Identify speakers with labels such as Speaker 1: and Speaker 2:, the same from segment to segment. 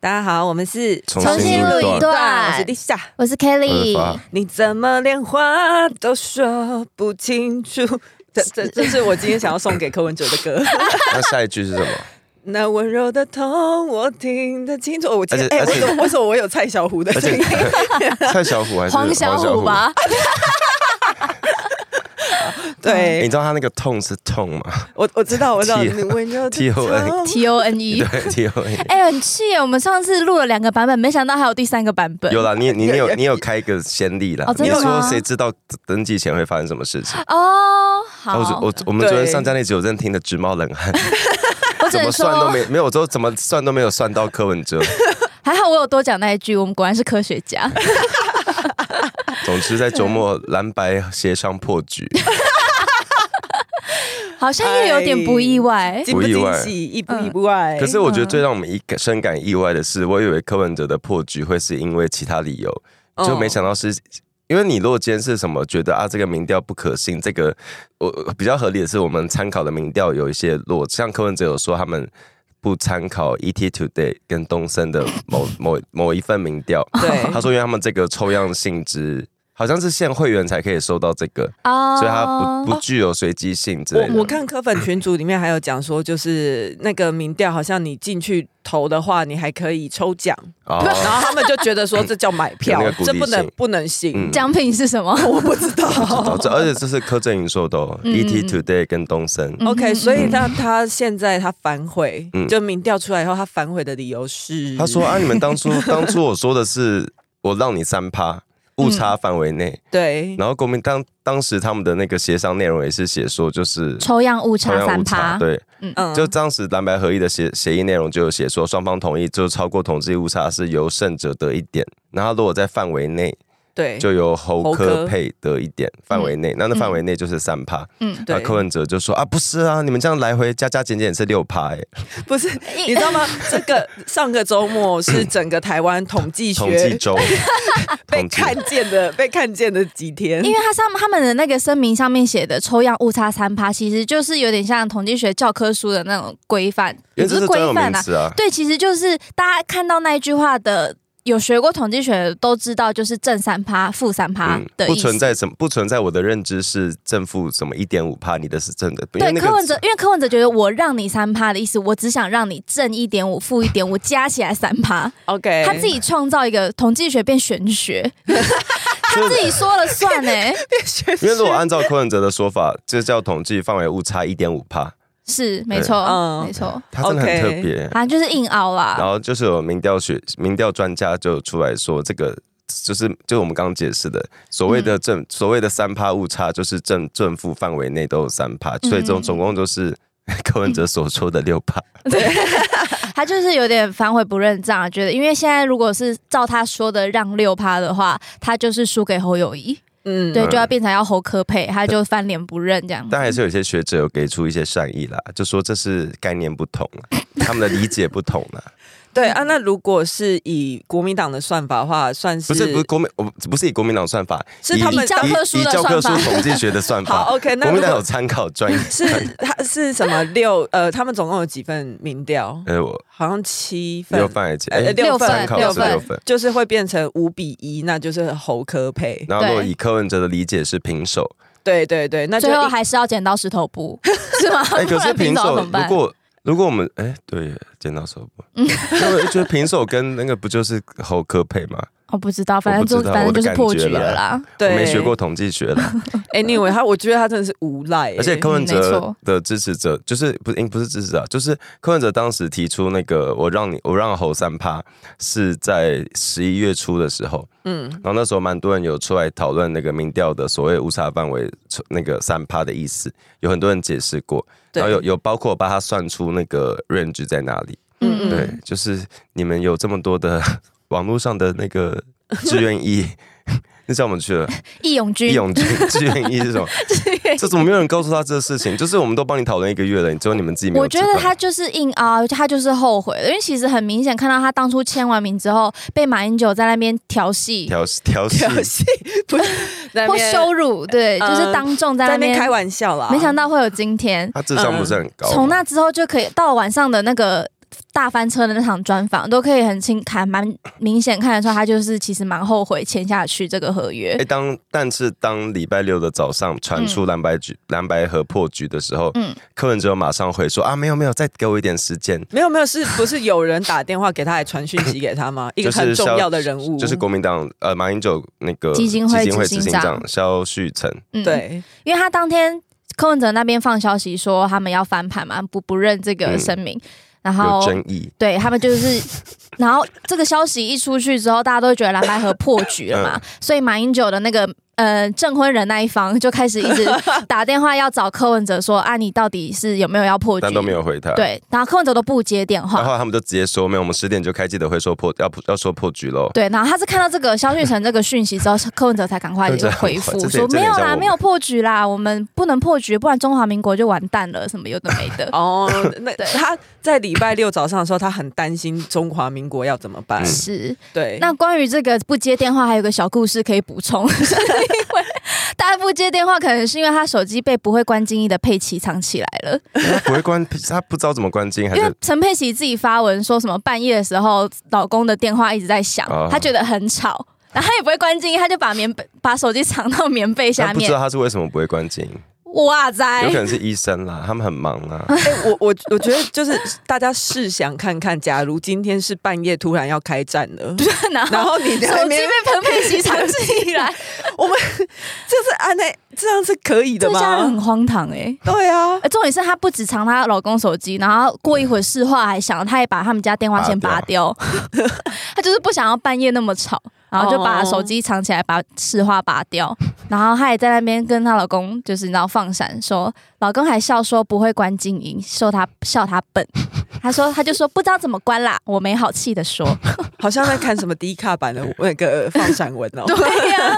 Speaker 1: 大家好，我们是
Speaker 2: 重
Speaker 3: 新录一段
Speaker 1: 我是 Lisa。
Speaker 3: 我是
Speaker 2: 我是
Speaker 3: Kelly，
Speaker 2: 发
Speaker 1: 你怎么连话都说不清楚？这 这这是我今天想要送给柯文哲的歌。
Speaker 2: 那下一句是什么？
Speaker 1: 那温柔的痛，我听得清楚。哦我今天哎，
Speaker 2: 而且而且
Speaker 1: 为什么为什么我有蔡小虎的
Speaker 2: 而
Speaker 1: 声
Speaker 2: 且
Speaker 1: 音？
Speaker 2: 蔡小虎还是
Speaker 3: 黄小虎？吧？ 哎
Speaker 2: 你
Speaker 1: 对
Speaker 2: 知，道他那个痛是痛吗？
Speaker 1: 我我知道，我知道。
Speaker 2: T-
Speaker 1: 你温柔的
Speaker 2: TON
Speaker 1: 痛，
Speaker 3: T O N E。
Speaker 2: 对，T O A。
Speaker 3: 哎、很气耶！我们上次录了两个版本，没想到还有第三个版本。
Speaker 2: 有啦， 你你你有你有开一个先例啦
Speaker 3: 哦。
Speaker 2: 你
Speaker 3: 真的吗
Speaker 2: 说谁知道登记前会发生什么事情？
Speaker 3: 哦，好，
Speaker 2: 我
Speaker 3: 我
Speaker 2: 我我们昨天
Speaker 1: 对
Speaker 2: 上架那集，我真的听得直冒冷 汗，
Speaker 3: 只
Speaker 2: 怎
Speaker 3: 能
Speaker 2: 么算都
Speaker 3: 说，
Speaker 2: 没没有，我都怎么算都没有算到柯文哲。
Speaker 3: 还好我有多讲那一句，我们果然是科学 家。
Speaker 2: 总之，在周末蓝白协商破局，
Speaker 3: 好像也有点不意外。
Speaker 1: 惊不
Speaker 2: 不意
Speaker 1: 惊
Speaker 2: 外
Speaker 1: 喜，意不意不外？
Speaker 2: 可是我觉得最让我们一个深感意外的是，我以为柯文哲的破局会是因为其他理由，
Speaker 1: 嗯
Speaker 2: 就没想到是。因为你如果今天是什么觉得啊这个民调不可信，这个我比较合理的是我们参考的民调有一些落，像柯文哲有说他们不参考 ET Today 跟东森的某某某一份民调，
Speaker 1: 对
Speaker 2: 他说因为他们这个抽样性质好像是限会员才可以收到这个，
Speaker 3: 哦，
Speaker 2: 所以它不不具有随机性之类
Speaker 1: 我我
Speaker 2: 的。
Speaker 1: 看科粉群组里面还有讲说，就是那个民调，好像你进去投的话，你还可以抽奖，
Speaker 2: 哦
Speaker 1: 然后他们就觉得说这叫买票
Speaker 2: 有那个，鼓
Speaker 1: 这
Speaker 2: 励
Speaker 1: 不能
Speaker 2: 性
Speaker 1: 不能信
Speaker 2: 嗯。
Speaker 3: 奖品是 什么？
Speaker 1: 我不知道
Speaker 2: 哦，。这而且这是柯震云说的、哦
Speaker 3: 嗯
Speaker 2: e t Today 跟东森。
Speaker 3: 嗯
Speaker 1: OK，所以他他现在他反悔，
Speaker 2: 嗯
Speaker 1: 就民调出来以后，他反悔的理由是，
Speaker 2: 他说啊，你们当初当初我说的是我让你三趴，误差范围内。
Speaker 1: 对，
Speaker 2: 然后国民当当时他们的那个协商内容也是写说就是。
Speaker 3: 抽样误
Speaker 2: 同
Speaker 3: 差
Speaker 2: 样
Speaker 3: 三
Speaker 2: 误差，
Speaker 3: 趴，
Speaker 2: 对，
Speaker 1: 嗯
Speaker 2: 就当时蓝白合意的协协议内容就有写说，双方同意就超过统计误差是由胜者得一点，然后如果在范围内
Speaker 1: 对，
Speaker 2: 就由侯
Speaker 1: 侯科
Speaker 2: 科配得一点，范围内，那那范围内就是三趴。
Speaker 3: 嗯，
Speaker 2: 那
Speaker 1: 对，
Speaker 2: 柯文哲就说啊，不是啊，你们这样来回加加减减是六趴，哎，
Speaker 1: 不是，你知道吗？这个上个周末是整个台湾统计
Speaker 2: 统计
Speaker 1: 学
Speaker 2: 中
Speaker 1: 被
Speaker 2: 统计
Speaker 1: 看见的被看见的几天
Speaker 3: 因，为他上他们的那个声明上面写的抽样误差三趴，其实就是有点像统计学教科书的那种规范，
Speaker 2: 因
Speaker 3: 也
Speaker 2: 为这
Speaker 3: 不
Speaker 2: 是
Speaker 3: 是
Speaker 2: 专
Speaker 3: 规
Speaker 2: 有
Speaker 3: 范
Speaker 2: 名
Speaker 3: 啊，
Speaker 2: 词啊，
Speaker 3: 对，其实就是大家看到那一句话的，有学过统计学的都知道，就是正三趴、负三趴
Speaker 2: 嗯
Speaker 3: 啊的意思。
Speaker 2: 不存在什么，不存在我的认知是正负什么一点五帕，你的是正的。因
Speaker 3: 对
Speaker 2: 为那个
Speaker 3: 柯文哲，因为柯文哲觉得我让你三趴的意思，我只想让你正一点五、负一点五，加起来三趴。
Speaker 1: OK，
Speaker 2: 哎
Speaker 3: 他自己创造一个统计学变 玄学，他自己说了算欸呢、
Speaker 2: 因为如果按照柯文哲的说法，这叫统计范围误差一点五帕，
Speaker 3: 是没错，
Speaker 1: 嗯
Speaker 3: 没错，
Speaker 2: 他真的很
Speaker 1: OK
Speaker 2: 特别。
Speaker 3: 反正就是硬凹
Speaker 2: 然
Speaker 3: 啦。
Speaker 2: 后就是有民调学民调专家就出来说，这个就是就是我们刚刚解释的所谓
Speaker 3: 嗯
Speaker 2: 的正、所谓的三帕误差，就是正正负范围内都有三帕，
Speaker 3: 嗯
Speaker 2: 所以这种总共就是 柯文哲所说的六帕。
Speaker 3: 他就是有点反悔不认账，啊觉得因为现在如果是照他说的让六趴的话，他就是输给侯友谊。
Speaker 1: 嗯
Speaker 3: 对，
Speaker 2: 嗯
Speaker 3: 就要变成要侯科配，他就翻脸不认这样。
Speaker 2: 但还是有些学者有给出一些善意啦，就说这是概念不同啦，他们的理解不同啦。
Speaker 1: 对啊，那如果是以国民党的算法的话，算是
Speaker 2: 不是不是国民，我不是以国民党算法，
Speaker 1: 是他们
Speaker 3: 以教科书
Speaker 2: 以
Speaker 3: 的
Speaker 2: 教科书
Speaker 3: 算法
Speaker 2: 统计学的算法。
Speaker 1: 好 OK，那
Speaker 2: 国
Speaker 1: 如
Speaker 2: 民党有
Speaker 1: 果
Speaker 2: 参考专业，
Speaker 1: 是他是什么六呃，他们总共有几份民调？
Speaker 2: 呃，我
Speaker 1: 好像七份
Speaker 2: 六，范也解，
Speaker 1: 呃
Speaker 2: 哎，
Speaker 1: 六份
Speaker 2: 参考
Speaker 3: 六
Speaker 2: 是
Speaker 3: 份
Speaker 2: 六分。
Speaker 1: 就是会变成五比一，那就是侯科配。
Speaker 2: 然后如果
Speaker 3: 对
Speaker 2: 以柯文哲的理解是平手，
Speaker 1: 对对对，那就
Speaker 3: 最后还是要剪刀石头布， 是吗？
Speaker 2: 哎，可
Speaker 3: 啊不
Speaker 2: 是
Speaker 3: 然
Speaker 2: 平
Speaker 3: 平
Speaker 2: 手
Speaker 3: 手怎么
Speaker 2: 如
Speaker 3: 办？
Speaker 2: 果如果我们哎对耶，剪刀手不，因为我觉得平手跟那个不就是侯科配吗？
Speaker 3: 我哦不知道，反正
Speaker 2: 我
Speaker 3: 就
Speaker 2: 不知道
Speaker 3: 反正
Speaker 2: 我的
Speaker 3: 就是
Speaker 2: 感
Speaker 3: 破
Speaker 2: 觉
Speaker 3: 局了
Speaker 2: 啦
Speaker 3: 啦。
Speaker 2: 我
Speaker 1: 对
Speaker 2: 没学过。统计学啦，
Speaker 1: Anyway，他我觉得他真的是无赖、欸
Speaker 2: 而且柯文
Speaker 3: 嗯没
Speaker 2: 哲
Speaker 3: 错
Speaker 2: 的支持者，就是不是应不是支持者、啊，就是柯文哲当时提出那个我让你我让侯三趴是在十一月初的时候，嗯，然后那时候蛮多人有出来讨论那个民调的所谓误差范围那个三趴的意思，有很多人解释过，
Speaker 1: 对
Speaker 2: 然后 有有包括把它算出那个 range 在哪里，
Speaker 3: 嗯
Speaker 1: 嗯
Speaker 3: 嗯，
Speaker 2: 对，就是你们有这么多的 网络上的那个志愿意。 那叫我们去了，
Speaker 3: 义勇
Speaker 2: 义
Speaker 3: 军，
Speaker 2: 勇军志愿意是什么？这怎么没有人告诉他这个事情？就是我们都帮你讨论一个月了，你只有你们自己没有
Speaker 3: 我
Speaker 2: 知
Speaker 3: 觉
Speaker 2: 道。
Speaker 3: 得他就是硬凹，他就是后悔了，因为其实很明显看到他当初签完名之后，被马英九在那边调戏
Speaker 2: 调调戏，
Speaker 1: 调戏不是 在那
Speaker 3: 或
Speaker 1: 边
Speaker 3: 羞辱，对，
Speaker 1: 嗯
Speaker 3: 就是当众在
Speaker 1: 在
Speaker 3: 那
Speaker 1: 那边
Speaker 3: 边
Speaker 1: 开，玩笑啦。
Speaker 3: 没想到会有今天。嗯
Speaker 2: 他智商不是很高。
Speaker 3: 从那之后就可以到晚上的那个大翻车的那场专访，都可以很清看蛮明显看得出来，他就是其实蛮后悔签下去这个合约
Speaker 2: 哎、。当但是当礼拜六的早上传出蓝白局、蓝白河破局的时候，
Speaker 3: 嗯
Speaker 2: 柯文哲马上回说啊，没有没有，再给我一点时间。
Speaker 1: 没有没有，是不是有人打电话给他，还传讯息给他 吗？一个
Speaker 2: 就是
Speaker 1: 很重
Speaker 2: 肖
Speaker 1: 要的人物，
Speaker 2: 就是国民党呃马英九那个
Speaker 3: 基金会
Speaker 2: 执
Speaker 3: 执
Speaker 2: 行
Speaker 3: 行长
Speaker 2: 长肖旭成，
Speaker 3: 嗯，，
Speaker 1: 对，
Speaker 3: 因为他当天柯文哲那边放消息说他们要翻盘嘛，不不认这个
Speaker 2: 嗯
Speaker 3: 声明，然后
Speaker 2: 有争议，
Speaker 3: 对他们就是， 然后这个消息一出去之后，大家都觉得蓝白河破局了
Speaker 2: 嗯
Speaker 3: 嘛，所以马英九的那个呃证婚人那一方就开始一 直打电话要找柯文哲说啊，你到底是有没有要破局？
Speaker 2: 但都没有回他。。
Speaker 3: 对，然后柯文哲都不接电
Speaker 2: 然
Speaker 3: 话。
Speaker 2: 后他们就直接说，没有，我们十点就开记者会说破，要破要说破局喽。
Speaker 3: 对，然后他是看到这个萧旭成这个讯息之后，柯文哲才赶快
Speaker 2: 柯文哲
Speaker 3: 回
Speaker 2: 很
Speaker 3: 复
Speaker 2: 快这
Speaker 3: 说
Speaker 2: 这
Speaker 3: 没有
Speaker 2: 这点像
Speaker 3: 啦，
Speaker 2: 我
Speaker 3: 没有破局啦，我们不能破局，不然中华民国就完蛋了，什么有的没 的。
Speaker 1: 哦，那
Speaker 3: 对
Speaker 1: 他在礼拜六早上的时候，他很担心中华民国要怎么办。
Speaker 2: 嗯
Speaker 3: 是，
Speaker 1: 对，
Speaker 3: 那关于这个不接电话，还有个小故事可以 补充，是因为大家不接电话，可能是因为他手机被不会关静音的佩奇藏起来了。
Speaker 2: 他 不会关，他不知道怎么关静，还
Speaker 3: 因为
Speaker 2: 是
Speaker 3: 陈佩琪自己发文说什么半夜的时候，老公的电话一直在响
Speaker 2: 哦，
Speaker 3: 她觉得很吵。然后她也不会关静音，她就把棉被把手机藏到棉被
Speaker 2: 他
Speaker 3: 下
Speaker 2: 不知
Speaker 3: 面哎
Speaker 2: 道。他是为什么不会关静，
Speaker 3: 哇
Speaker 2: 有可
Speaker 3: 塞！
Speaker 2: 能是医生啦，他们很忙啊。
Speaker 1: 哎我我我觉得就是大家试想看看，假如今天是半夜突然要开战了，
Speaker 3: 然
Speaker 1: 然
Speaker 3: 后
Speaker 1: 后你在那
Speaker 3: 手机
Speaker 1: 边，
Speaker 3: 被陈佩琪藏起来，
Speaker 1: 就是安内这样是可以的
Speaker 3: 这家人
Speaker 1: 吗？
Speaker 3: 很荒唐哎、
Speaker 1: 对啊，
Speaker 3: 呃重点是她不只藏她老公手机，然后过一会儿市话还响，她也把他们家电话线拔
Speaker 2: 拔
Speaker 3: 掉。 她就是不想要半夜那么吵，然后就把
Speaker 1: 哦
Speaker 3: 手机藏起来，把市话拔 掉。然后她也在那边跟她老公，就是你知道放闪说，老公还笑说不会关静音，说她笑她笨。她说她就说不知道怎么关啦，我没好气的说，
Speaker 1: 好像在看什么低卡版的那个放闪文 哦。
Speaker 3: 对啊呀、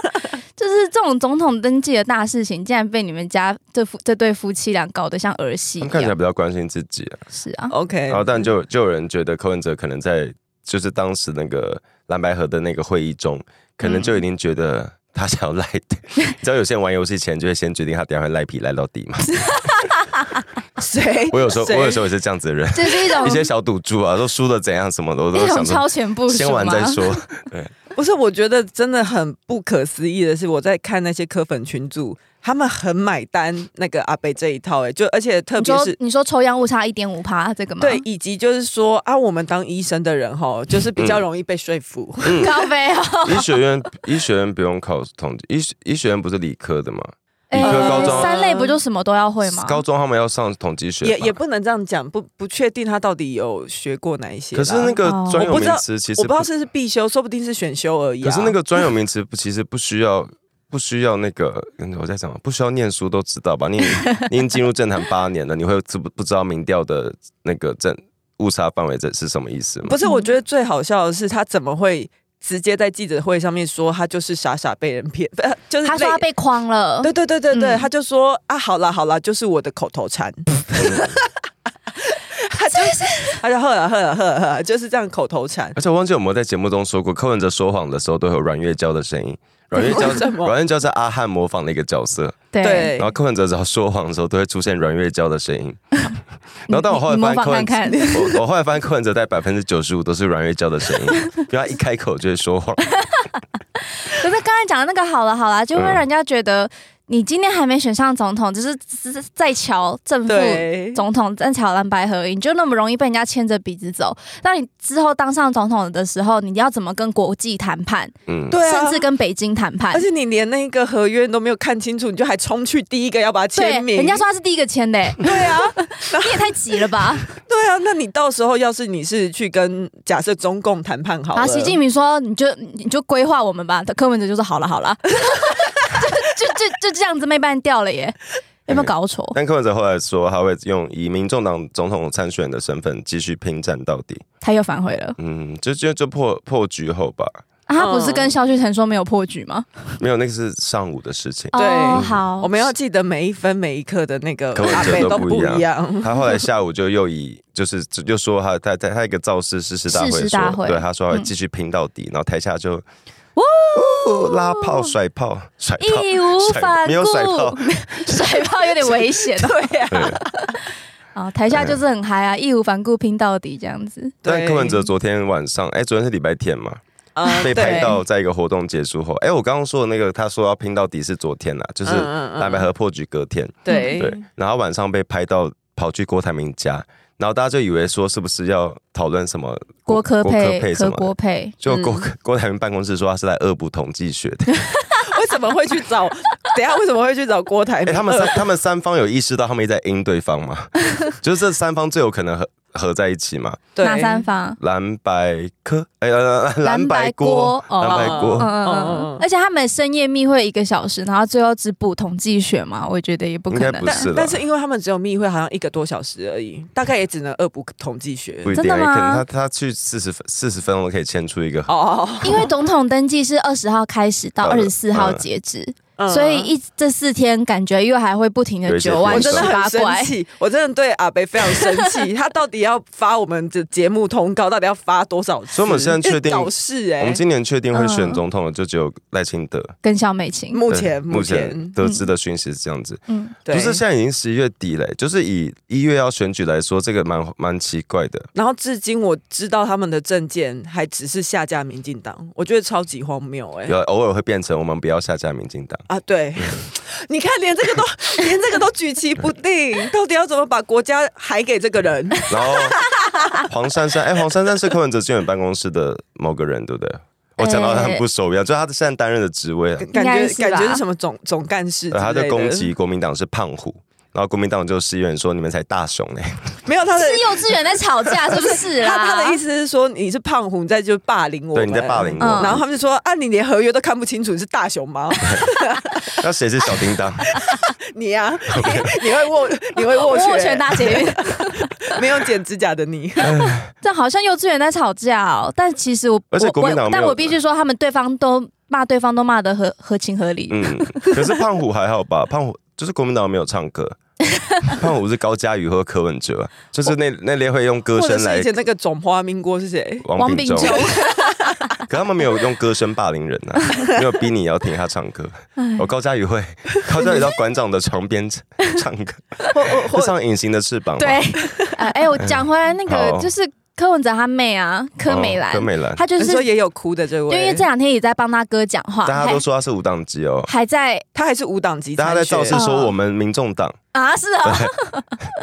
Speaker 3: 就是这种总统登记的大事情，竟然被你们家这夫这对夫妻俩搞得像儿戏
Speaker 2: 他
Speaker 3: 一
Speaker 2: 们看起来
Speaker 3: 样。
Speaker 2: 比较关心自己啊。
Speaker 3: 是啊，
Speaker 1: OK，
Speaker 2: 然后，但就就有人觉得柯文哲可能在就是当时那个蓝白河的那个会议
Speaker 3: 嗯
Speaker 2: 中，可能就已经觉得他想要赖 的。你知道有些人玩游戏前就会先决定他等一下会赖皮赖到底 嘛？
Speaker 1: 谁？
Speaker 2: 我有时候我
Speaker 1: 谁
Speaker 2: 有时候也是这样子的人，
Speaker 3: 这是一种
Speaker 2: 一些小赌注啊，都输的怎样什么的，我都
Speaker 3: 哦一种
Speaker 2: 想
Speaker 3: 超
Speaker 2: 说
Speaker 3: 前部署
Speaker 2: 先玩
Speaker 3: 吗？
Speaker 2: 再说。
Speaker 1: 不是，我觉得真的很不可思议的是，我在看那些科粉群组，他们很买单那个阿贝这一套、哎，就而且特
Speaker 3: 你
Speaker 1: 别
Speaker 3: 说
Speaker 1: 是。
Speaker 3: 你说抽样误差一点五趴这个吗？
Speaker 1: 对，，以及就是说啊，我们当医生的人哈，就是比
Speaker 2: 嗯
Speaker 1: 较容易被说服。
Speaker 3: 高飞哦，
Speaker 2: 医学院医学院不用考统计，医学医学院不是理科的嘛？理科
Speaker 3: 呃
Speaker 2: 高中啊
Speaker 3: 三类不就什么都要会吗？
Speaker 2: 高中他们要上统计学吧，
Speaker 1: 也也不能这样讲，不不确定他到底有学过哪一些啦。
Speaker 2: 可是那个
Speaker 3: 哦
Speaker 2: 专有
Speaker 1: 啊我不知道
Speaker 2: 名词其实
Speaker 1: 我不知道是不是必修，说不定是选修而已、啊。
Speaker 2: 可是那个专有名词不其实不需要。不需要那个，嗯我在想，不需要念书都知道吧？你你已经进入政坛八年了，你会知不不知道民调的那个政误差范围这是什么意思吗？
Speaker 1: 不是，
Speaker 3: 嗯
Speaker 1: 我觉得最好笑的是他怎么会直接在记者会上面说他就是傻傻被人骗，不 是就是
Speaker 3: 他说他
Speaker 1: 类
Speaker 3: 被框了，
Speaker 1: 对对对对对，
Speaker 3: 嗯
Speaker 1: 他就说啊，好啦好啦，就是我的口头禅。 他就是，他就喝了喝了喝了喝了，就是这样口头禅。
Speaker 2: 而且我忘记有没有在节目中说过，柯文哲说谎的时候都会有阮月娇的声音。阮月娇
Speaker 1: 为什，么
Speaker 2: 阮月娇是阿汉模仿的一个角色，
Speaker 1: 对
Speaker 2: 然后柯文哲只要说谎的时候都会出现阮月娇的 声音。然后但我后来
Speaker 3: 你
Speaker 2: 发现柯
Speaker 3: 模仿
Speaker 2: 文
Speaker 3: 看
Speaker 2: 哲，
Speaker 3: 看，
Speaker 2: 我我后来发现柯文哲在百分之九十五都是阮月娇的声音，因为他一开口就会说谎。
Speaker 3: 可是刚才讲的那个好了好了，
Speaker 2: 嗯
Speaker 3: 就会让人家觉得你今天还没选上总统，只是只是在瞧正副
Speaker 1: 对，
Speaker 3: 总统在瞧蓝白合影，你就那么容易被人家牵着鼻子走。当你之后当上总统的时候，你要怎么跟国际谈判，
Speaker 2: 嗯，
Speaker 1: 对啊，
Speaker 3: 甚至跟北京谈判
Speaker 1: 而？且你连那个合约都没有看清楚，你就还冲去第一个要把它
Speaker 3: 对
Speaker 1: 签，名。
Speaker 3: 人家说他是第一个签的、欸
Speaker 1: 对啊，
Speaker 3: 你也太急了吧！
Speaker 1: 对啊，那你到时候要是你是去跟假设中共谈判 好
Speaker 3: 然
Speaker 1: 了，
Speaker 3: 后习近平说：“你就你就规划我们吧。”柯文哲就说：“好了好了， 就就就就这样子没办掉了耶，有没有搞错？
Speaker 1: 哎
Speaker 2: 但柯文哲后来说，他会用以民众党总统参选的身份继续拼战到底。
Speaker 3: 他又反悔了。
Speaker 2: 嗯，就就就破破局后吧，
Speaker 3: 啊、他不是跟肖旭成说没有破局吗？
Speaker 2: 没有那个是上午的事情。
Speaker 1: 对
Speaker 3: 哦、好，
Speaker 1: 我们要记得每一分每一刻的那个
Speaker 2: 柯文哲
Speaker 1: 阿贝
Speaker 2: 都
Speaker 1: 都
Speaker 2: 不一
Speaker 1: 不
Speaker 2: 样
Speaker 1: 一 样。
Speaker 2: 他后来下午就又以就是又说他他他他一个造势誓师大会
Speaker 3: 誓师
Speaker 2: 说，
Speaker 3: 大会
Speaker 2: 对他说他会继续拼到底，然后台下就。哦，拉炮、甩炮、甩炮，
Speaker 3: 义无反顾，
Speaker 2: 没有甩炮，
Speaker 3: 甩炮有点危险、哦。
Speaker 1: 对呀、啊
Speaker 2: 对，
Speaker 3: 啊，台下就是很嗨啊，义无反顾拼到底这样子。
Speaker 2: 但
Speaker 1: 对
Speaker 2: 柯文哲昨天晚上，哎，昨天是礼拜天嘛，
Speaker 3: 啊
Speaker 1: 嗯
Speaker 2: 被
Speaker 1: 对
Speaker 2: 拍到在一个活动结束后，哎，我刚刚说的那个，他说要拼到底是昨天啦，啊就是
Speaker 1: 嗯嗯嗯
Speaker 2: 蓝白河破局隔天，
Speaker 1: 对
Speaker 2: 对，然后晚上被拍到跑去郭台铭家，然后大家就以为说是不是要讨论什么
Speaker 3: 郭科
Speaker 2: 配
Speaker 3: 配、
Speaker 2: 什
Speaker 3: 柯
Speaker 2: 么的
Speaker 3: 郭，配，
Speaker 2: 就郭、
Speaker 1: 嗯
Speaker 2: 郭台铭办公室说他是来恶补统计学的，
Speaker 1: 为什么会去找？ 等一下为什么会去找郭台
Speaker 2: 哎、
Speaker 1: 铭？呃
Speaker 2: 他 们三他们三方有意识到他们一直在阴对方吗？就是这三方最有可能合合在一起嘛，
Speaker 1: 对
Speaker 3: 哪三方？
Speaker 2: 蓝白科，哎、呃蓝白郭，蓝白
Speaker 3: 哦。
Speaker 2: 郭。
Speaker 3: 嗯嗯嗯
Speaker 1: 哦
Speaker 3: 嗯，而且他们深夜密会一个小时，然后最后只补统计学嘛，我觉得也不可
Speaker 2: 应该
Speaker 3: 能
Speaker 2: 不。是啦
Speaker 1: 但但是因为他们只有密会，好像一个多小时而已，大概也只能恶补统计学
Speaker 2: 不一定，啊
Speaker 3: 真的吗
Speaker 2: 可能他他去四十分四十分钟可以签出一个，
Speaker 1: 哦，
Speaker 3: 因为总统登记是二十号开始到
Speaker 2: 到
Speaker 3: 二
Speaker 2: 了
Speaker 3: 十四号
Speaker 2: 嗯
Speaker 3: 截止，
Speaker 1: 嗯
Speaker 3: 所以一这四天感觉又还会不停
Speaker 2: 有
Speaker 3: 的
Speaker 2: 一些
Speaker 3: 九
Speaker 1: 我
Speaker 3: 万十
Speaker 1: 真的
Speaker 3: 八
Speaker 1: 很
Speaker 3: 怪
Speaker 1: 生。气，我真的对阿北非常生气，他到底要发我们的节目通告，到底要发多少次？
Speaker 2: 所以我们现在确定
Speaker 1: 搞事哎、
Speaker 2: 我们今年确定会选
Speaker 3: 嗯
Speaker 2: 总统的就只有赖清德。
Speaker 3: 跟小美琴，
Speaker 1: 目
Speaker 2: 对
Speaker 1: 前
Speaker 2: 目
Speaker 1: 目
Speaker 2: 前
Speaker 1: 前
Speaker 2: 得知的讯息是这样子，
Speaker 3: 嗯，
Speaker 1: 对，
Speaker 2: 就是现在已经十一月底了，就是以一月要选举来说，这个蛮蛮奇怪的。
Speaker 1: 然后至今我知道他们的证件还只是下架民进党，我觉得超级荒谬哎、
Speaker 2: 有偶尔会变成我们不要下架民进党，
Speaker 1: 啊， 对，你看连这个都连这个都举棋不定，到底要怎么把国家还给这个人？
Speaker 2: 然后黄珊珊，哎，黄珊珊是柯文哲竞选办公讲办公室的某个人，对不对？我
Speaker 1: 哎
Speaker 2: 讲到他很不熟一样，就他现在担任的职 位啊，
Speaker 1: 感
Speaker 3: 应该
Speaker 1: 觉
Speaker 3: 是吧
Speaker 1: 感觉是什么总总干事之
Speaker 2: 呃他
Speaker 1: 类
Speaker 2: 就
Speaker 1: 的
Speaker 2: 攻击国民党是胖虎，然后国民党就誓言说你们才大哎熊 呢，
Speaker 1: 没有他的
Speaker 3: 嗯是幼稚园在吵架，是不是啊
Speaker 1: 他
Speaker 3: 啦？
Speaker 1: 他的意思是说你是胖虎，你在就霸凌我们，
Speaker 2: 对你在霸凌我
Speaker 3: 嗯
Speaker 1: 然后他们就说啊，你连合约都看不清楚，你是大熊猫，
Speaker 2: 那谁是小叮当？
Speaker 1: 你 呀、啊，你你会握你会握拳，
Speaker 3: 握拳啊大捷运，
Speaker 1: 没有剪指甲的你，
Speaker 3: 这好像幼稚园在吵架哦。但其实我，
Speaker 2: 而且国民党
Speaker 3: 我我
Speaker 2: 没有
Speaker 3: 但我必须说，他们对方都骂对方都骂的合合情合理。
Speaker 2: 嗯，可是胖虎还好吧？胖虎就是国民党没有唱歌，胖虎是高佳宇和柯文哲，啊就是那那列会用歌
Speaker 1: 或者
Speaker 2: 声
Speaker 1: 是
Speaker 2: 来
Speaker 1: 以前那个总花民国是 谁？
Speaker 2: 王炳
Speaker 3: 王
Speaker 2: 忠
Speaker 3: 炳，
Speaker 2: 可他们没有用歌声霸凌人啊，没有逼你要听他唱歌。 我高佳宇 会，高佳宇到馆长的床边 唱歌，
Speaker 1: 或或
Speaker 2: 会
Speaker 1: 或
Speaker 2: 唱《隐形的翅膀》
Speaker 3: 对
Speaker 2: 吗？，
Speaker 3: 呃哎，我讲回来那
Speaker 2: 好
Speaker 3: 个就是柯文哲他妹啊，柯美
Speaker 2: 哦
Speaker 3: 兰
Speaker 2: 柯，美兰，
Speaker 3: 她就
Speaker 1: 你
Speaker 3: 是
Speaker 1: 说也有哭的这位，
Speaker 3: 对，因为这两天也在帮他哥讲话，
Speaker 2: 大家
Speaker 3: 还
Speaker 2: 都说他是无党籍哦，
Speaker 3: 还在
Speaker 1: 他还是无党籍参选，
Speaker 2: 大家在造势
Speaker 3: 哦
Speaker 2: 说我们民众党，
Speaker 3: 啊，是哦，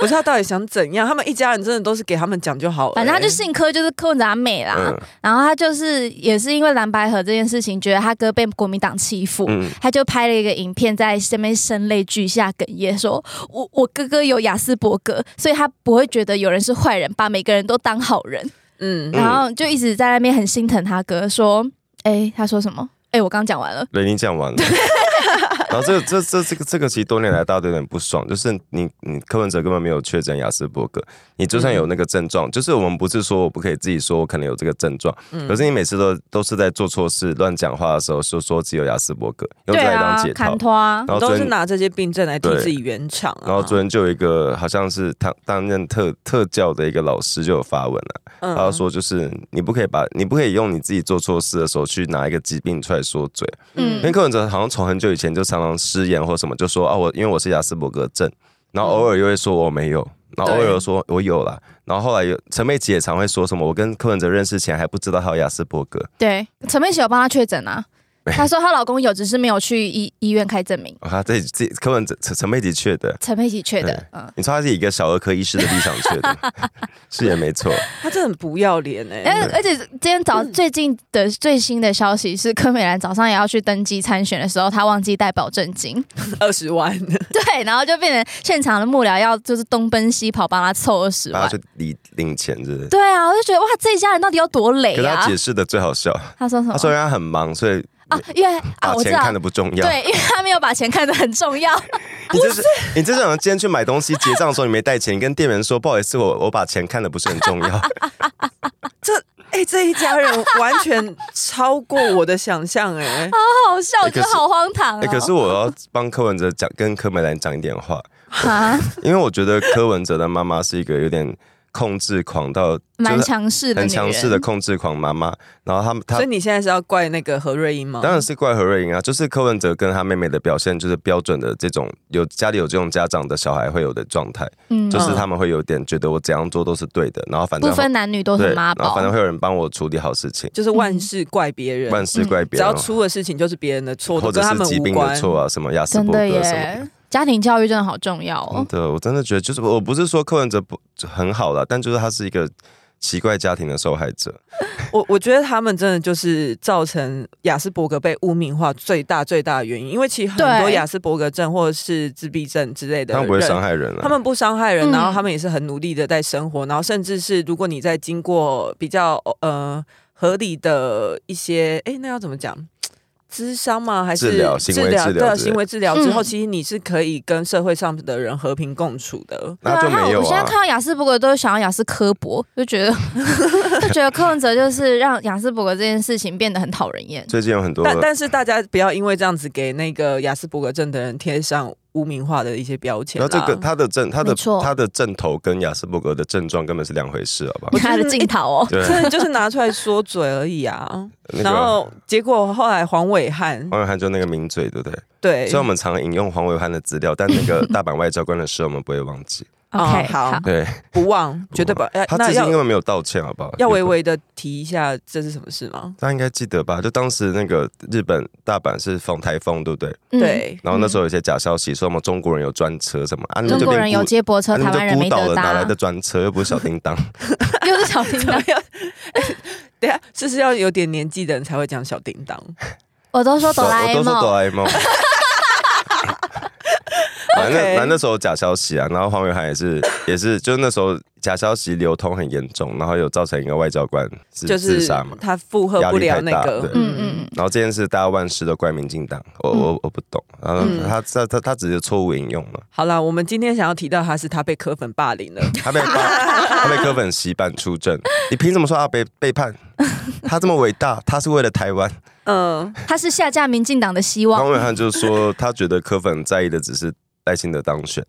Speaker 1: 我知道到底想怎样，他们一家人真的都是给他们讲就好了、欸
Speaker 3: 反正他就姓柯，就是柯文哲他妹啦。
Speaker 2: 嗯
Speaker 3: 然后他就是也是因为蓝白河这件事情，觉得他哥被国民党欺负，
Speaker 2: 嗯，
Speaker 3: 他就拍了一个影片，在身边声泪俱下哽咽，说：“我我哥哥有雅斯伯格，所以他不会觉得有人是坏人，把每个人都当好人。
Speaker 1: 嗯，
Speaker 2: 嗯
Speaker 3: 然后就一直在那边很心疼他哥，说：“哎、他说什么？哎、我刚讲完了。
Speaker 2: 雷尼讲完了。 然后这个这这这个这个其实多年来大家都有点不爽，就是你你柯文哲根本没有确诊雅斯伯格，你就算
Speaker 3: 嗯
Speaker 2: 有那个症状，就是我们不是说我不可以自己说我可能有这个症状，
Speaker 1: 嗯
Speaker 3: 嗯
Speaker 2: 可是你每次都都是在做错事、乱讲话的时候说说自己有雅斯伯格，”用
Speaker 3: 对
Speaker 2: 这来当
Speaker 3: 啊
Speaker 2: 解，套
Speaker 3: 砍。拖啊，
Speaker 2: 然后昨
Speaker 1: 都是
Speaker 2: 天，
Speaker 1: 拿这些病症来替
Speaker 2: 对
Speaker 1: 自己圆场、啊。
Speaker 2: 然后昨天就有一个好像是他担任特特教的一个老师就有发文了、
Speaker 1: 嗯
Speaker 2: 他说就是你不可以把你不可以用你自己做错事的时候去拿一个疾病出来说嘴。
Speaker 3: 嗯
Speaker 2: 因为柯文哲好像从很久以前就常常失言或什么，就说啊我因为我是雅斯伯格症，然后偶尔又会说我没有，然后偶尔又说我有啦，然后后来有陈佩琪也常会说什么我跟柯文哲认识前还不知道他有雅斯伯格，
Speaker 3: 对，陈佩琪有帮他确诊啊。她说她老公有，只是没有去医医院开证明。
Speaker 2: 啊他自己自己柯文哲陈陈佩琪确的，
Speaker 3: 陈佩琪确
Speaker 2: 对
Speaker 3: 的，嗯。
Speaker 2: 你说他是以一个小儿科医师的立场确的， 是也没错，
Speaker 1: 他真的很不要脸哎、
Speaker 3: 而而且今天早最近的最新的消息是，柯美兰早上也要去登记参选的时候，她忘记带保证金，
Speaker 1: 二十万，
Speaker 3: 对，然后就变成现场的幕僚要就是东奔西跑帮她凑二十
Speaker 2: 然后
Speaker 3: 万。
Speaker 2: 就领领钱之类的。
Speaker 3: 对啊，我就觉得哇，这一家人到底有多累
Speaker 2: 可是他
Speaker 3: 啊
Speaker 2: 解！释的最好笑，
Speaker 3: 他说什么？
Speaker 2: 他说因为他很忙，所以
Speaker 3: 啊，因为嗯啊，
Speaker 2: 把
Speaker 3: 我知
Speaker 2: 钱
Speaker 3: 道
Speaker 2: 看的，不重要。
Speaker 3: 对，因为他没有把钱看得很 重要。哦
Speaker 2: 你就是你这种人今天去买东西结账的时候你没带钱，你跟店员说不好意思，我我把钱看的不是很重 要。
Speaker 1: 哎、这一家人完全超过我的想象哎、
Speaker 3: 啊好笑，我觉得好荒唐
Speaker 2: 哎、可是
Speaker 3: 哦。
Speaker 2: 我要帮柯文哲讲，跟柯美兰讲一点话，
Speaker 3: 啊，
Speaker 2: 因为我觉得柯文哲的妈妈是一个有点控制狂到
Speaker 3: 蛮
Speaker 2: 就是
Speaker 3: 强势的，
Speaker 2: 很强势的。控制狂妈妈，然后他们他
Speaker 1: 所以你现在是要怪那个何瑞英吗？
Speaker 2: 当然是怪何瑞英啊，就是柯文哲跟他妹妹的表现，就是标准的这种有家里有这种家长的小孩会有的状态，
Speaker 3: 嗯
Speaker 2: 就是他们会有点觉得我怎样做都是对的，然后反正
Speaker 3: 不分男女都
Speaker 2: 对，
Speaker 3: 很妈
Speaker 2: 然后
Speaker 3: 宝
Speaker 2: 反。正会有人帮我处理好事情，
Speaker 1: 就是
Speaker 3: 嗯
Speaker 1: 万事怪别人，
Speaker 2: 万事怪别
Speaker 1: 只要
Speaker 2: 人，
Speaker 1: 出了事情就是别人的错，
Speaker 2: 或者
Speaker 1: 跟他
Speaker 2: 是
Speaker 1: 们
Speaker 2: 疾
Speaker 1: 无
Speaker 2: 病
Speaker 1: 关
Speaker 2: 的。错啊，什么亚斯
Speaker 3: 真
Speaker 2: 伯
Speaker 3: 的
Speaker 2: 格什么的嗯
Speaker 3: 耶。，家庭教育真的好重要
Speaker 2: 真
Speaker 3: 哦。
Speaker 2: 的，我真的觉得就是我不是说柯文哲不很好啦，但就是他是一个奇怪家庭的受害者。
Speaker 1: 我我觉得他们真的就是造成雅斯伯格被污名化最大最大的原因，因为其实很多
Speaker 3: 对
Speaker 1: 雅斯伯格症或者是自闭症之类的
Speaker 2: 他
Speaker 1: 人，
Speaker 2: 们不会伤害人
Speaker 1: 他
Speaker 2: 啊。
Speaker 1: 们不伤害人，
Speaker 3: 嗯
Speaker 1: 然后他们也是很努力的在生活，然后甚至是如果你在经过比较呃合理的一些，哎，那要怎么讲？智商吗？还是
Speaker 2: 治疗行为治疗
Speaker 1: 对啊
Speaker 2: 之类的
Speaker 1: 行为治疗之后，
Speaker 3: 嗯
Speaker 1: 其实你是可以跟社会上的人和平共处的。
Speaker 3: 对
Speaker 2: 那就
Speaker 3: 还
Speaker 2: 没
Speaker 3: 有
Speaker 2: 有
Speaker 3: 我现在
Speaker 2: 啊
Speaker 3: 看，到雅斯伯格都想要雅斯科博，就觉得就觉得柯文哲就是让雅斯伯格这件事情变得很讨人厌。
Speaker 2: 最近有很多
Speaker 1: 但但是大家不要因为这样子给那个雅斯伯格症的人贴上污名化的一些标签
Speaker 2: 然后
Speaker 1: 啦。
Speaker 2: 这个他的症，他的
Speaker 3: 没错
Speaker 2: 他的症头跟亚斯伯格的症状根本是两回事，好 不好？
Speaker 3: 他的镜头哦，
Speaker 2: 对，
Speaker 1: 真的就是拿出来说嘴而已啊。
Speaker 2: 那
Speaker 1: 然
Speaker 2: 个
Speaker 1: 后结果后来黄伟汉
Speaker 2: 黄伟汉就那个名嘴，对不对？
Speaker 1: 对，
Speaker 2: 虽然我们常引用黄伟汉的资料，但那个大阪外交官的事我们不会忘 记。
Speaker 1: 哦
Speaker 3: OK，
Speaker 1: 好
Speaker 2: 对，
Speaker 1: 不 忘绝对不哎
Speaker 2: 他
Speaker 1: 那
Speaker 2: 至今
Speaker 1: 要
Speaker 2: 根本没有道歉，好不好？
Speaker 1: 要
Speaker 2: 也
Speaker 1: 微
Speaker 2: 不
Speaker 1: 微的提一下这是什么事吗？
Speaker 2: 大家应该记得吧？就当时那个日本大阪是逢台风，对不对？
Speaker 3: 嗯，
Speaker 1: 对，
Speaker 2: 然后那时候有一些假消息说我们中国人有专车什么啊，你们
Speaker 3: 嗯中
Speaker 2: 就
Speaker 3: 国
Speaker 2: 变
Speaker 3: 人有
Speaker 2: 孤
Speaker 3: 接驳车，
Speaker 2: 啊你
Speaker 3: 台
Speaker 2: 们就
Speaker 3: 湾人没
Speaker 2: 孤岛
Speaker 3: 得
Speaker 2: 了，哪来
Speaker 3: 搭
Speaker 2: 的，专车？又不是小叮当，
Speaker 3: 又是小叮当。
Speaker 1: 等一下，这啊是要有点年纪的人才会讲小叮当。
Speaker 3: 我 都说哆啦
Speaker 2: 我
Speaker 3: A
Speaker 2: 都说哆
Speaker 3: 梦，
Speaker 2: 啦 A 梦。反正
Speaker 1: OK
Speaker 2: 反正那时候有假消息啊，然后黄伟涵也是也是，就那时候假消息流通很严重，然后有造成一个外交官自
Speaker 1: 就是
Speaker 2: 自杀嘛。
Speaker 1: 他负荷不了那个
Speaker 2: 压力太大对，
Speaker 3: 嗯嗯，
Speaker 2: 然后这件事大家万事都怪民进党，我
Speaker 3: 嗯
Speaker 2: 我我不懂，然后
Speaker 1: 嗯
Speaker 2: 他他他他只是错误引用了，
Speaker 1: 好啦，我们今天想要提到他是他被柯粉霸 凌了，
Speaker 2: 他被 他被柯粉洗版出征，你凭什么说他被背叛？他这么伟大，他是为了台湾。
Speaker 1: 嗯，
Speaker 3: 他是下架民进党的希望
Speaker 2: 黄。伟汉就说，他觉得柯粉在意的只是赖清德当选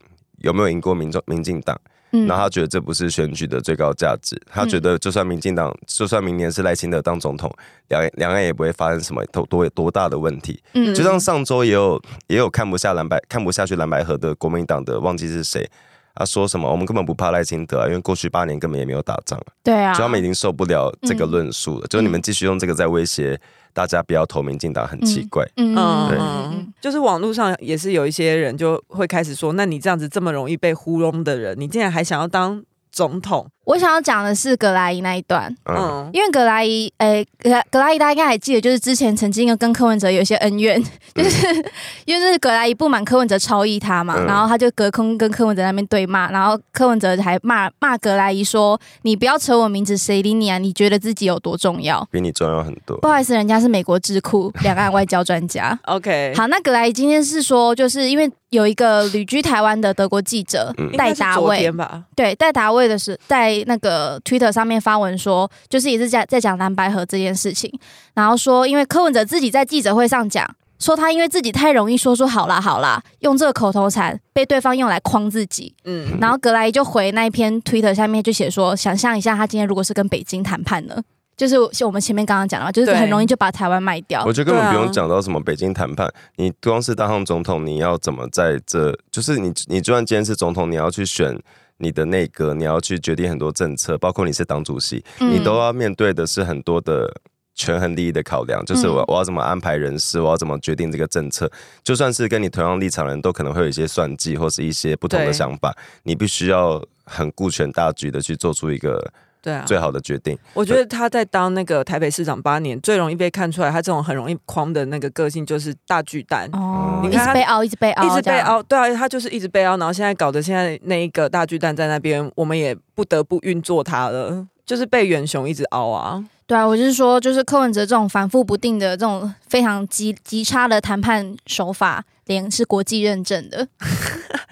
Speaker 2: 有没有赢过民众民进党，
Speaker 3: 嗯
Speaker 2: 然后他觉得这不是选举的最高价值。他觉得就算民进党，就算明年是赖清德当总统，两两岸也不会发生什么多多多大的问题。
Speaker 3: 嗯
Speaker 2: 就像上周也有也有看不下蓝白看不下去蓝白河的国民党的，忘记是谁。他说什么？我们根本不怕赖清德、啊，因为过去八年根本也没有打仗、啊，
Speaker 3: 对啊
Speaker 2: 就，他们已经受不了这个
Speaker 3: 嗯
Speaker 2: 论述了。就是你们继续用这个在威胁大家，不要投民进党，很奇
Speaker 3: 嗯
Speaker 2: 怪。
Speaker 3: 嗯
Speaker 1: 嗯
Speaker 2: 对
Speaker 1: 嗯，就是网络上也是有一些人就会开始说，那你这样子这么容易被糊弄的人，你竟然还想要当总统？
Speaker 3: 我想要讲的是葛莱伊那一段，
Speaker 2: 嗯
Speaker 1: 嗯，
Speaker 3: 因为葛莱伊，诶、葛莱葛莱伊大家应该还记得，就是之前曾经跟柯文哲有一些恩怨，就是 因为是葛莱伊不满柯文哲超意他嘛，
Speaker 2: 嗯
Speaker 3: 然后他就隔空跟柯文哲在那边对骂，然后柯文哲还骂骂葛莱伊说：“你不要扯我名字，谁理你啊？你觉得自己有多重要
Speaker 2: 比你重要很？”多
Speaker 3: 不。好意思，人家是美国智库两岸外交专家。
Speaker 1: OK，
Speaker 3: 好，那葛莱伊今天是说，就是因为有一个旅居台湾的德国记者
Speaker 2: 嗯
Speaker 1: 应
Speaker 3: 戴
Speaker 1: 该是
Speaker 3: 达
Speaker 1: 昨
Speaker 3: 卫，
Speaker 1: 天吧，
Speaker 3: 对，戴达卫的是在那个 Twitter 上面发文说，就是也是在在讲蓝白河这件事情，然后说，因为柯文哲自己在记者会上讲，说他因为自己太容易说出好啦好啦，用这个口头禅被对方用来框自己，
Speaker 1: 嗯，
Speaker 3: 然后格莱伊就回那一篇 Twitter 下面就写说，想象一下他今天如果是跟北京谈判呢，就是像我们前面刚刚讲的嘛，就是
Speaker 1: 对
Speaker 3: 很容易就把台湾卖掉
Speaker 2: 我，觉得根本不
Speaker 1: 对
Speaker 2: 用
Speaker 1: 啊
Speaker 2: 讲到什么北京谈判，你光是当上总统，你要怎么在这？就是你，你就算今天是总统，你要去选你的内阁，你要去决定很多政策，包括你是党主席，
Speaker 3: 嗯
Speaker 2: 你都要面对的是很多的权衡利益的考量，就是我
Speaker 3: 嗯
Speaker 2: 我要怎么安排人事，我要怎么决定这个政策。就算是跟你同样立场的人都可能会有一些算计或是一些不同的
Speaker 1: 对
Speaker 2: 想法，你必须要很顾全大局的去做出一个
Speaker 1: 对啊，
Speaker 2: 最好的决定。
Speaker 1: 我觉得他在当那个台北市长八年，最容易被看出来他这种很容易框的那个个性，就是大巨蛋。
Speaker 3: 哦，
Speaker 2: 你
Speaker 3: 一
Speaker 2: 看
Speaker 3: 直被凹，一直被凹，
Speaker 1: 一直
Speaker 3: 哦这
Speaker 1: 被
Speaker 3: 样，
Speaker 1: 凹，对啊，他就是一直被凹，然后现在搞得现在那一个大巨蛋在那边，我们也不得不运作它了，就是被远雄一直凹啊。
Speaker 3: 对啊，我就是说，就是柯文哲这种反复不定的这种非常极极差的谈判手法，连是国际认证的，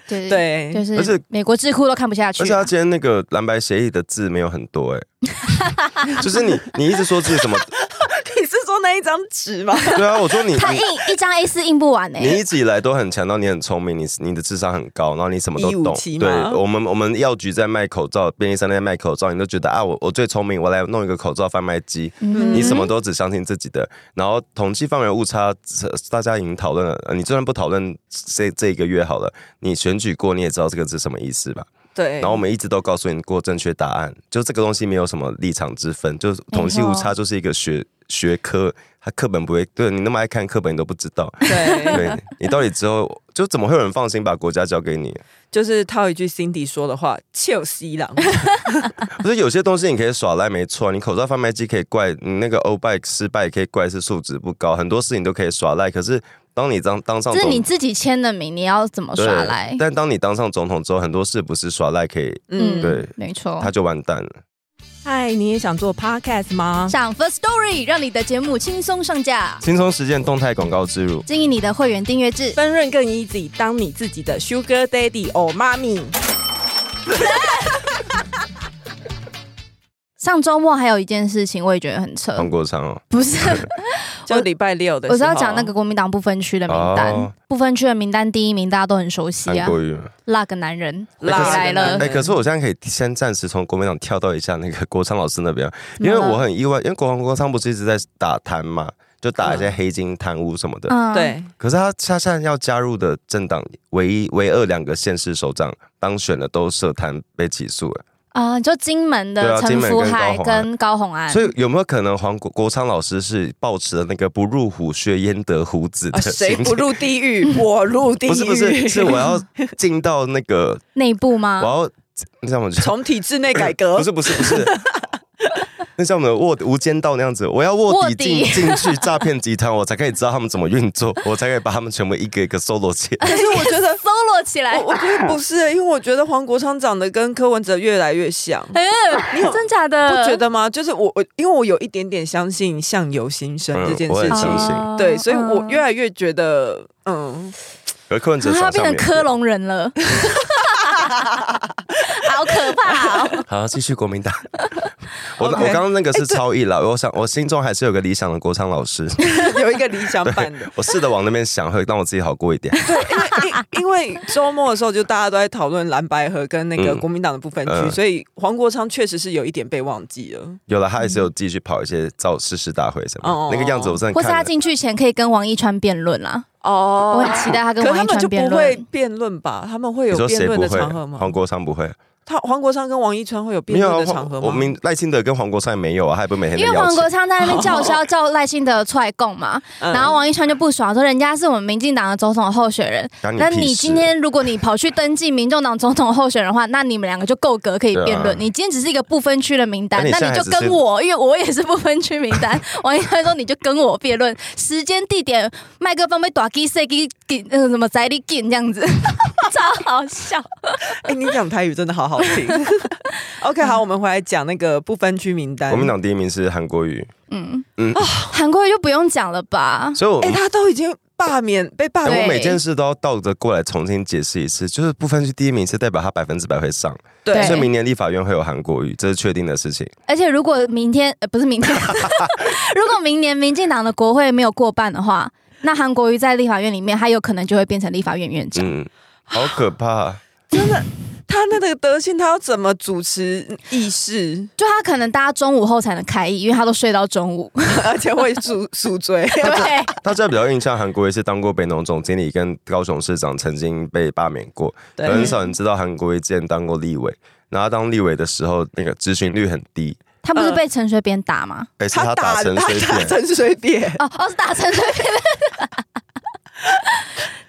Speaker 3: 对
Speaker 1: 对，
Speaker 3: 对，就
Speaker 2: 而且
Speaker 3: 是美国智库都看不下去
Speaker 2: 而
Speaker 3: 啊。
Speaker 2: 且他今天那个蓝白协议的字没有很多哎、就是你你一直说自己什么，
Speaker 1: 你是说那一张纸吗？
Speaker 2: 对啊，我说你
Speaker 3: 他印
Speaker 2: 你
Speaker 3: 一张 A 四印不完呢、欸
Speaker 2: 你一直以来都很强调你很聪明，你你的智商很高，然后你什么都
Speaker 1: 一五
Speaker 2: 懂。
Speaker 1: 七
Speaker 2: 对
Speaker 1: 吗，
Speaker 2: 我们我们药局在卖口罩，便利商店在卖口罩，你都觉得啊我我最聪明，我来弄一个口罩贩卖机。
Speaker 3: 嗯
Speaker 2: 你什么都只相信自己的，然后统计范围误差，呃大家已经讨论了。呃你就算不讨论这这一个月好了，你选举过你也知道这个是什么意思吧？
Speaker 1: 对，。
Speaker 2: 然后我们一直都告诉你过正确答案，就这个东西没有什么立场之分，就是统计误差就是一个学学科，它课本不会对你那么爱看课本，你都不知道
Speaker 1: 对，
Speaker 2: 对你到底之后就怎么会有人放心把国家交给你？ 啊
Speaker 1: 就是套一句 Cindy 说的话，就西郎。
Speaker 2: 不是有些东西你可以耍赖，没错，你口罩贩卖机可以怪你那个欧拜失败，可以怪是素质不高，很多事情都可以耍赖。可是当你当当上
Speaker 3: 这是
Speaker 2: 总
Speaker 3: 你自己签的名，你要怎么耍赖
Speaker 2: 对，？但当你当上总统之后，很多事不是耍赖可以，
Speaker 1: 嗯，
Speaker 2: 对
Speaker 3: 没错
Speaker 2: 他。就完蛋了。
Speaker 1: 嗨，你也想做 podcast 吗？
Speaker 3: 上 First Story 让你的节目轻松上架，
Speaker 2: 轻松实践动态广告植入，
Speaker 3: 经营你的会员订阅制。
Speaker 1: 分润更 easy，当你自己的 sugar daddy or mommy。
Speaker 3: 上周末还有一件事情，我也觉得很扯，
Speaker 2: 黄国昌哦，
Speaker 3: 不是，
Speaker 1: 就礼拜六的时候，
Speaker 3: 我是要讲那个国民党不分区的名单。
Speaker 2: 哦
Speaker 3: 不分区的名单第一名大家都很熟悉
Speaker 2: 韩
Speaker 3: 啊，
Speaker 2: 国瑜。
Speaker 3: 那个男人
Speaker 1: 辣
Speaker 3: 回来
Speaker 1: 的男
Speaker 3: 了
Speaker 1: 人
Speaker 2: 哎、可是我现在可以先暂时从国民党跳到一下那个国昌老师那边，
Speaker 1: 嗯
Speaker 2: 因为
Speaker 3: 怎么了
Speaker 2: 我很意外，因为国王国昌不是一直在打贪嘛，就打一
Speaker 1: 嗯
Speaker 2: 些黑金贪污什么的。
Speaker 3: 嗯，
Speaker 1: 对，
Speaker 2: 可是他他现在要加入的政党唯一唯二两个县市首长当选的都涉贪被起诉了，
Speaker 3: 啊、就金门
Speaker 2: 对
Speaker 3: 的
Speaker 2: 啊
Speaker 3: 陈
Speaker 2: 金门
Speaker 3: 福
Speaker 2: 跟
Speaker 3: 海
Speaker 2: 高虹安
Speaker 3: 跟高红
Speaker 1: 哎
Speaker 3: 安，
Speaker 2: 所以有没有可能黄国国昌老师是抱持了那个不入虎穴焉得虎子
Speaker 1: 啊
Speaker 2: 的心
Speaker 1: 谁
Speaker 2: 情？
Speaker 1: 不入地狱，我入地狱。
Speaker 2: 不是不是，是我要进到那个，
Speaker 3: 内部
Speaker 1: 啊
Speaker 3: 吗
Speaker 2: 我？要你怎么 讲？
Speaker 1: 从体制内改革
Speaker 2: 不。是不是不是，那像我们的卧无间道那样子，我要卧底进
Speaker 3: 卧底，
Speaker 2: 进去诈骗集团，我才可以知道他们怎么运作，我才可以把他们全部一个一个搜罗起来。
Speaker 1: 可是我觉得
Speaker 3: solo 起来，
Speaker 1: 我我觉得不是、因为我觉得黄国昌长得跟柯文哲越来越像。
Speaker 3: 哎、
Speaker 1: 你有
Speaker 3: 真假的？
Speaker 1: 不觉得吗？就是我我，因为我有一点点相信相由心生
Speaker 2: 嗯
Speaker 1: 这件
Speaker 2: 我
Speaker 1: 事
Speaker 2: 很
Speaker 1: 情，
Speaker 2: 相信
Speaker 3: 哦
Speaker 1: 对，所以我越
Speaker 3: 啊
Speaker 1: 来越觉得，嗯，
Speaker 2: 而柯文哲
Speaker 3: 他
Speaker 2: 手
Speaker 3: 啊变
Speaker 2: 上
Speaker 3: 成科隆人了，好可怕、哦！
Speaker 2: 好，继续国民党。我
Speaker 1: OK
Speaker 2: 我刚刚那个是超意了， 我想我心中还是有个理想的国昌老师，
Speaker 1: 有一个理想版的。
Speaker 2: 我试着往那边想，会让我自己好过一点。
Speaker 1: 因因 为周末的时候，就大家都在讨论蓝白河跟那个
Speaker 2: 嗯
Speaker 1: 国民党的不分区，
Speaker 2: 嗯
Speaker 1: 所以黄国昌确实是有一点被忘记了。
Speaker 2: 有了，他还是有继续跑一些造誓师大会什
Speaker 1: 哦
Speaker 2: 么，那个样子我真
Speaker 3: 或
Speaker 2: 的
Speaker 3: 是他
Speaker 2: 看了。
Speaker 3: 进去前可以跟王一川辩论啦，
Speaker 1: 哦
Speaker 3: 我很期待他
Speaker 1: 可
Speaker 3: 跟
Speaker 1: 是
Speaker 3: 王
Speaker 1: 他
Speaker 3: 一
Speaker 1: 们就
Speaker 3: 川辩
Speaker 1: 不会
Speaker 3: 论。
Speaker 1: 辩论吧？他们会
Speaker 2: 你
Speaker 1: 有
Speaker 2: 说
Speaker 1: 辩
Speaker 2: 谁
Speaker 1: 论
Speaker 2: 不
Speaker 1: 的
Speaker 2: 会
Speaker 1: 场合？吗
Speaker 2: 黄？国昌不会，
Speaker 1: 他黄国昌跟王一川会有辩
Speaker 2: 没有
Speaker 1: 论
Speaker 2: 啊
Speaker 1: 的场合
Speaker 2: 我
Speaker 1: 吗？
Speaker 2: 明赖清德跟黄国昌也没有啊，他也不是每天
Speaker 3: 因
Speaker 2: 在
Speaker 3: 为
Speaker 2: 邀
Speaker 3: 黄
Speaker 2: 请
Speaker 3: 国。昌在那边 叫嚣叫赖幸德出来供嘛，
Speaker 1: 嗯
Speaker 3: 然后王一川就不爽，说人家是我们民进党的总统候选人，
Speaker 2: 干
Speaker 3: 那
Speaker 2: 屁
Speaker 3: 你
Speaker 2: 事
Speaker 3: 今天如果你跑去登记民众党总统候选人的话，那你们两个就够格可以辩
Speaker 2: 对
Speaker 3: 论。
Speaker 2: 啊哎
Speaker 3: 你今天只是一个不分区的名单，
Speaker 2: 那你
Speaker 3: 那
Speaker 2: 现在
Speaker 3: 你就跟我，因为我也是不分区名 单。王一川说你就跟我辩论，时间、地点、麦克风被打给谁给给那个什么宅里给这样子， 超好笑。
Speaker 1: 哎、你讲台语真的好好 听。OK，好，我们回来讲那个不分区名单。
Speaker 2: 国民党第一名是韩国瑜，
Speaker 3: 嗯
Speaker 2: 嗯
Speaker 3: 韩国瑜就不用讲了吧？
Speaker 2: 所以我
Speaker 1: 哎、他都已经罢免被罢
Speaker 2: 哎
Speaker 1: 免，
Speaker 2: 我
Speaker 3: 对
Speaker 2: 每件事都要倒着过来重新解释一次，就是不分区第一名是代表他百分之百会上，
Speaker 1: 对
Speaker 3: 对
Speaker 2: 所以明年立法院会有韩国瑜，这是确定的事情。
Speaker 3: 而且如果明天呃不是明天， 如果明年民进党的国会没有过半的话，那韩国瑜在立法院里面，他有可能就会变成立法院院长。
Speaker 2: 嗯，好可怕。
Speaker 1: 真的，他那个德性，他要怎么主持议事，
Speaker 3: 就他可能大家中午后才能开议，因为他都睡到 中午。
Speaker 1: 而且会宿宿 醉？
Speaker 3: 对，
Speaker 2: 大家比较印象韩国瑜是当过北农总经理跟高雄市长，曾经被罢免过，
Speaker 1: 对
Speaker 2: 很少人知道韩国瑜之前当过立委。然后他当立委的时候，那个咨询率很低，
Speaker 3: 他不是被陈水扁 打吗？
Speaker 2: 哎、是他打
Speaker 1: 打
Speaker 2: 成水
Speaker 1: 打
Speaker 2: 扁。
Speaker 1: 成水扁，
Speaker 3: 哦哦，是打陈 水扁的。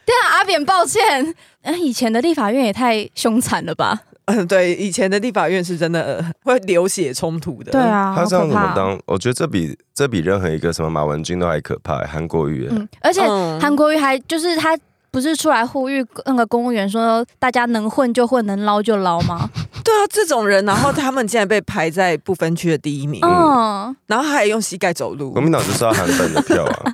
Speaker 3: 对啊，阿扁，抱歉，嗯，以前的立法院也太凶残了吧？
Speaker 1: 嗯，对，以前的立法院是真的呃会流血冲突的。
Speaker 3: 对，啊，
Speaker 2: 他
Speaker 3: 好
Speaker 2: 这样
Speaker 3: 可
Speaker 2: 怎么
Speaker 3: 怕。
Speaker 2: 当？我觉得这比这比任何一个什么马文君都还可怕、韩国瑜、
Speaker 3: 嗯，而且
Speaker 1: 嗯
Speaker 3: 韩国瑜还就是他不是出来呼吁那个公务员说大家能混就混，能捞就捞吗？
Speaker 1: 对啊，这种人，然后他们竟然被排在不分区的第一名，
Speaker 3: 嗯，
Speaker 1: 然后还用膝盖走路
Speaker 2: 国。民党就是要韩粉的票啊。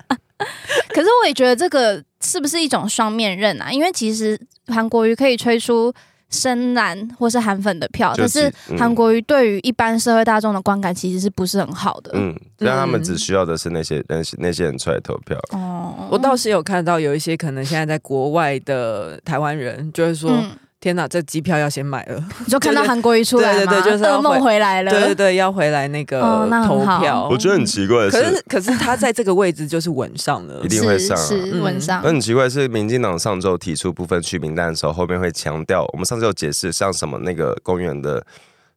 Speaker 3: 可是我也觉得这个是不是一种双面刃啊？因为其实韩国瑜可以吹出深蓝或是韩粉的票，
Speaker 2: 就
Speaker 3: 可
Speaker 2: 是
Speaker 3: 哦是
Speaker 2: 嗯
Speaker 3: 韩国瑜对于一般社会大众的观感其实是不是很好的？
Speaker 2: 嗯，但他们
Speaker 1: 嗯
Speaker 2: 只需要的是那些那些那些人出来投票。
Speaker 3: 哦，
Speaker 1: 我倒是有看到有一些可能现在在国外的台湾人，就会说：“
Speaker 3: 嗯，
Speaker 1: 天哪，这机票要先买了。
Speaker 3: 你就看到
Speaker 1: 就是
Speaker 3: 韩国瑜出来
Speaker 1: 对对对
Speaker 3: 吗
Speaker 1: 就是要
Speaker 3: 噩梦
Speaker 1: 回
Speaker 3: 回来”了，
Speaker 1: 对对对，要回来那个
Speaker 3: 哦那
Speaker 1: 投
Speaker 3: 很好
Speaker 1: 票。
Speaker 2: 我觉得很奇怪的
Speaker 1: 可
Speaker 2: 是
Speaker 1: 是，可是他在这个位置就是稳上了
Speaker 2: 一。定会上啊
Speaker 3: 是是
Speaker 1: 嗯
Speaker 3: 稳上
Speaker 2: 那。很奇怪的是，民进党上周提出部分去名单的时候，后面会强调我们上次有解释，像什么那个公园的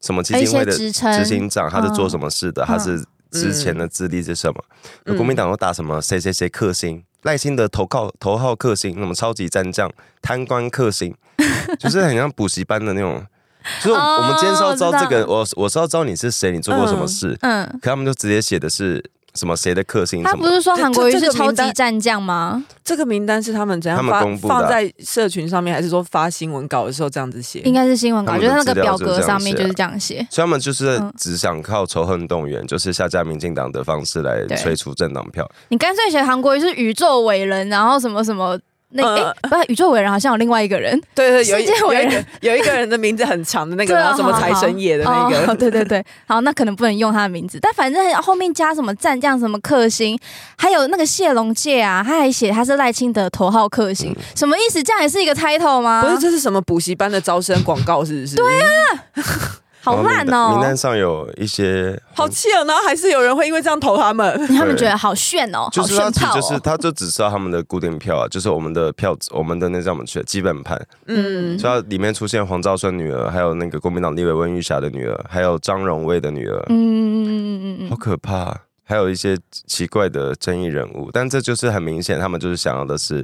Speaker 2: 什么基
Speaker 3: 还哎有一
Speaker 2: 金
Speaker 3: 些
Speaker 2: 会的
Speaker 3: 职称，
Speaker 2: 执行长，他是做什么事的，
Speaker 3: 嗯
Speaker 2: 他是之前的资历是什么？有呃国民党都打什么谁谁谁克星，赖清德投靠头号克星，那么超级战将、贪官克星， 就是很像补习班的那种。就是我
Speaker 3: 哦
Speaker 2: 我们今天是要招这个人，
Speaker 3: 我
Speaker 2: 我我是要招你是谁，你做过什么事，
Speaker 3: 嗯，
Speaker 2: 可他们就直接写的是什么谁的克星
Speaker 3: 他
Speaker 2: 什
Speaker 3: 不
Speaker 2: 么的。
Speaker 3: 是说
Speaker 1: 这
Speaker 3: 韩国瑜
Speaker 1: 这
Speaker 3: 是
Speaker 1: 这个
Speaker 3: 超
Speaker 1: 名
Speaker 3: 级
Speaker 1: 单
Speaker 3: 战将吗？
Speaker 1: 嗯这个名单是他们怎样
Speaker 2: 他们
Speaker 1: 发
Speaker 2: 公布的啊
Speaker 1: 放在社群上面，还是说发新闻稿的时候这样子写？
Speaker 3: 应该是新闻稿，
Speaker 2: 他
Speaker 3: 就
Speaker 2: 们
Speaker 3: 是
Speaker 2: 的
Speaker 3: 那个
Speaker 2: 资料
Speaker 3: 表
Speaker 2: 就是
Speaker 3: 格
Speaker 2: 这样
Speaker 3: 上面
Speaker 2: 写啊
Speaker 3: 就是这样写。
Speaker 2: 所以他们就是
Speaker 3: 嗯
Speaker 2: 只想靠仇恨动员，就是下架民进党的方式来
Speaker 3: 对
Speaker 2: 催促政党票。
Speaker 3: 你干脆写韩国瑜是宇宙伟人，然后什么什么那哎、
Speaker 1: 呃
Speaker 3: 不是宇宙伟人好像有另外一 个人，
Speaker 1: 对对，有
Speaker 3: 世
Speaker 1: 一
Speaker 3: 界
Speaker 1: 有
Speaker 3: 伟
Speaker 1: 一
Speaker 3: 人
Speaker 1: 个有一个人的名字很长的那个，
Speaker 3: 对啊
Speaker 1: 然后什么
Speaker 3: 好
Speaker 1: 财神爷的那
Speaker 3: 哦，
Speaker 1: 个，
Speaker 3: 对对对，好，那可能不能用他的名字，但反正后面加什么战将、什么克星，还有那个谢龙介啊，他还写他是赖清德头号克
Speaker 2: 嗯
Speaker 3: 星，什么意思？这样也是一个 title 吗？
Speaker 1: 不是这是什么补习班的招生广告是不是？对啊，
Speaker 3: 好
Speaker 2: 然后名
Speaker 3: 烂
Speaker 2: 单名
Speaker 3: 哦
Speaker 2: 单！上有一些
Speaker 1: 好气哦！然后还是有人会因为这样投他们，
Speaker 3: 他们觉得好炫哦，
Speaker 2: 就
Speaker 3: 好
Speaker 2: 是他
Speaker 3: 炫
Speaker 2: 其实
Speaker 3: 炮
Speaker 2: 就是
Speaker 3: 哦。
Speaker 2: 他就只知道他们的固定票啊，就是我们的票，我们的那叫什么去基本盘，
Speaker 1: 嗯，
Speaker 2: 所以它里面出现黄兆顺女儿，还有那个国民党立委温玉霞的女儿，还有张荣威的女儿，
Speaker 3: 嗯嗯嗯嗯
Speaker 2: 好
Speaker 3: 嗯，
Speaker 2: 可怕、还有一些奇怪的争议人物，但这就是很明显，他们就是想要的是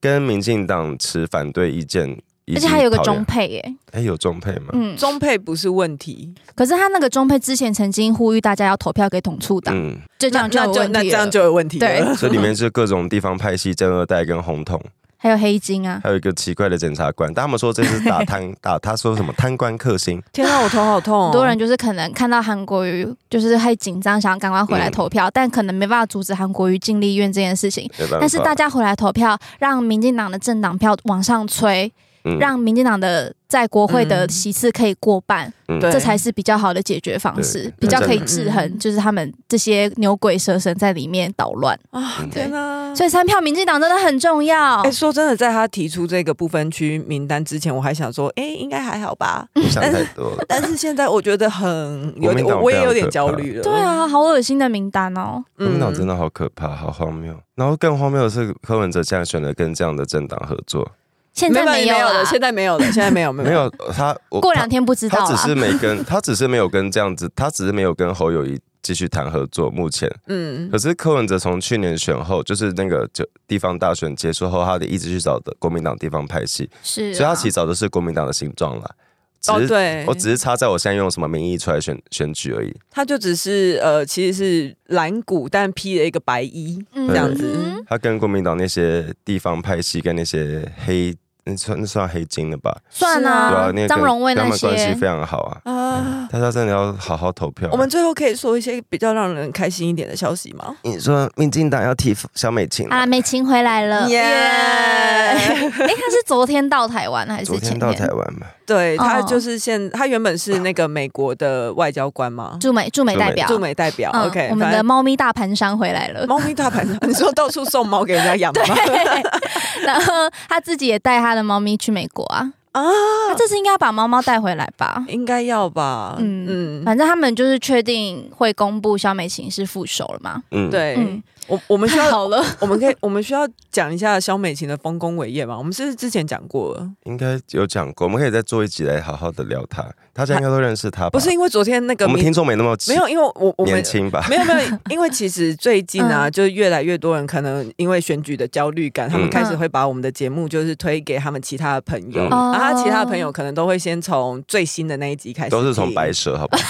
Speaker 2: 跟民进党持反对意见，以及
Speaker 3: 而且还有个
Speaker 2: 讨厌
Speaker 3: 中，配耶，
Speaker 2: 哎，有中配吗？
Speaker 3: 嗯，
Speaker 1: 中配不是问题，
Speaker 3: 可是他那个中配之前曾经呼吁大家要投票给统促党，
Speaker 2: 嗯，
Speaker 3: 就这样就
Speaker 1: 那
Speaker 3: 有
Speaker 1: 那就那这
Speaker 3: 问题了
Speaker 1: 样。就有问题
Speaker 3: 对
Speaker 1: 了。
Speaker 2: 这里面是各种地方派系、正二代跟红统，
Speaker 3: 还有黑金啊，
Speaker 2: 还有一个奇怪的检察官，但他们说这是打贪 打，他说什么贪官克星，
Speaker 1: 天啊，我头好痛、哦！
Speaker 3: 很多人就是可能看到韩国瑜就是会紧张，想要赶快回
Speaker 1: 嗯
Speaker 3: 来投票，但可能没办法阻止韩国瑜进立院这件事情。
Speaker 2: 没办法
Speaker 3: 但是大家回来投票，让民进党的政党票往上吹，
Speaker 2: 嗯
Speaker 3: 让民进党的在国会的
Speaker 1: 嗯
Speaker 3: 席次可以过半，
Speaker 2: 嗯
Speaker 1: 对
Speaker 3: 这才是比较好的解决方式
Speaker 2: 对，
Speaker 3: 比较可以制衡
Speaker 1: 嗯
Speaker 3: 就是他们这些牛鬼蛇神在里面捣乱。
Speaker 1: 啊
Speaker 2: 嗯，
Speaker 1: 天啊！
Speaker 3: 所以三票民进党真的很重要
Speaker 1: 哎、。说真的，在他提出这个不分区名单之前，我还想说，哎、应该还好吧。
Speaker 2: 你想太多 了。
Speaker 1: 但是现在我觉得很有
Speaker 2: 国民
Speaker 1: 点，
Speaker 2: 党
Speaker 1: 我我也有
Speaker 2: 非
Speaker 1: 点
Speaker 2: 常
Speaker 1: 焦
Speaker 2: 可怕
Speaker 1: 虑了。嗯
Speaker 3: 对，啊，好恶心的名单哦！
Speaker 2: 国民党真的好可怕，好荒谬。然后更荒谬的是，柯文哲竟然选了跟这样的政党合作，
Speaker 3: 现在
Speaker 1: 没
Speaker 3: 有
Speaker 1: 有
Speaker 3: 啦
Speaker 1: 了，现在没有了，现在没有，没
Speaker 2: 没有他，我
Speaker 3: 过两天不知道
Speaker 2: 他他
Speaker 3: 啦。
Speaker 2: 只是没跟，他只是没有跟这样子，他只是没有跟侯友谊继续谈合作。目前，
Speaker 1: 嗯
Speaker 2: 可是柯文哲从去年选后，就是那个就地方大选结束后，他得一直去找的国民党地方派系，
Speaker 3: 是啊，
Speaker 2: 所以他其实找的是国民党的形状啦。只
Speaker 1: 哦，
Speaker 2: 是、
Speaker 1: 对，
Speaker 2: 我只是插在我现在用什么名义出来选选举而已。
Speaker 1: 他就只是呃，其实是蓝骨，但披了一个白衣，
Speaker 3: 嗯
Speaker 1: 这样子
Speaker 3: 嗯
Speaker 2: 他跟国民党那些地方派系跟那些黑，那算那算黑金的吧？
Speaker 3: 算
Speaker 1: 啊
Speaker 2: 对啊，
Speaker 3: 啊
Speaker 2: 那，个
Speaker 3: 张荣卫
Speaker 2: 跟他
Speaker 3: 那
Speaker 2: 们关系
Speaker 3: 些
Speaker 2: 非常好啊。
Speaker 1: 啊。
Speaker 2: 大家真的要好好投票。啊
Speaker 1: 我们最后可以说一些比较让人开心一点的消息吗？
Speaker 2: 你说民进党要提小美琴
Speaker 3: 啊，
Speaker 2: 了，
Speaker 3: 美琴回来了，
Speaker 1: 耶
Speaker 3: 哎，他是昨天到台湾还
Speaker 2: 昨
Speaker 3: 是
Speaker 2: 天
Speaker 3: 前
Speaker 2: 到台
Speaker 3: 天？
Speaker 2: 湾嘛，
Speaker 1: 对他
Speaker 3: 哦
Speaker 1: 就是现，他原本是那个美国的外交官嘛，
Speaker 3: 驻美驻美代表，
Speaker 1: 驻美代表。
Speaker 3: 嗯
Speaker 1: OK，
Speaker 3: 我们
Speaker 1: 反
Speaker 3: 的
Speaker 1: 正
Speaker 3: 猫咪大盘商回来了。
Speaker 1: 猫咪大盘，你说到处送猫给人家养吗？
Speaker 3: 然后他自己也带他的猫咪去美国啊，
Speaker 1: 啊，
Speaker 3: 他这次应该把猫猫带回来吧？
Speaker 1: 应该要吧。
Speaker 3: 嗯
Speaker 1: 嗯
Speaker 3: 反正他们就是确定会公布肖美琴是副手了嘛。
Speaker 2: 嗯，，
Speaker 1: 对、
Speaker 3: 嗯，
Speaker 1: 我我们需
Speaker 3: 太
Speaker 1: 要，
Speaker 3: 好了，
Speaker 1: 我们可以，我们需要讲一下肖美琴的丰功伟业嘛？我们是不是之前讲过了，
Speaker 2: 应该有讲过，我们可以再做一集来好好的聊他，大家应该都认识他吧？
Speaker 1: 不是，因为昨天那个
Speaker 2: 我们
Speaker 1: 民
Speaker 2: 听众没那么
Speaker 1: 没有，因为我我
Speaker 2: 年
Speaker 1: 们
Speaker 2: 轻吧？
Speaker 1: 没有没有，因为其实最近啊，
Speaker 3: 嗯
Speaker 1: 就是越来越多人可能因为选举的焦虑感，他们
Speaker 2: 嗯
Speaker 1: 开始会把我们的节目就是推给他们其他的朋友，
Speaker 2: 嗯
Speaker 1: 然后他其他的朋
Speaker 3: 哦
Speaker 1: 友可能都会先从最新的那一集开始听，
Speaker 2: 都是从白蛇，好吧？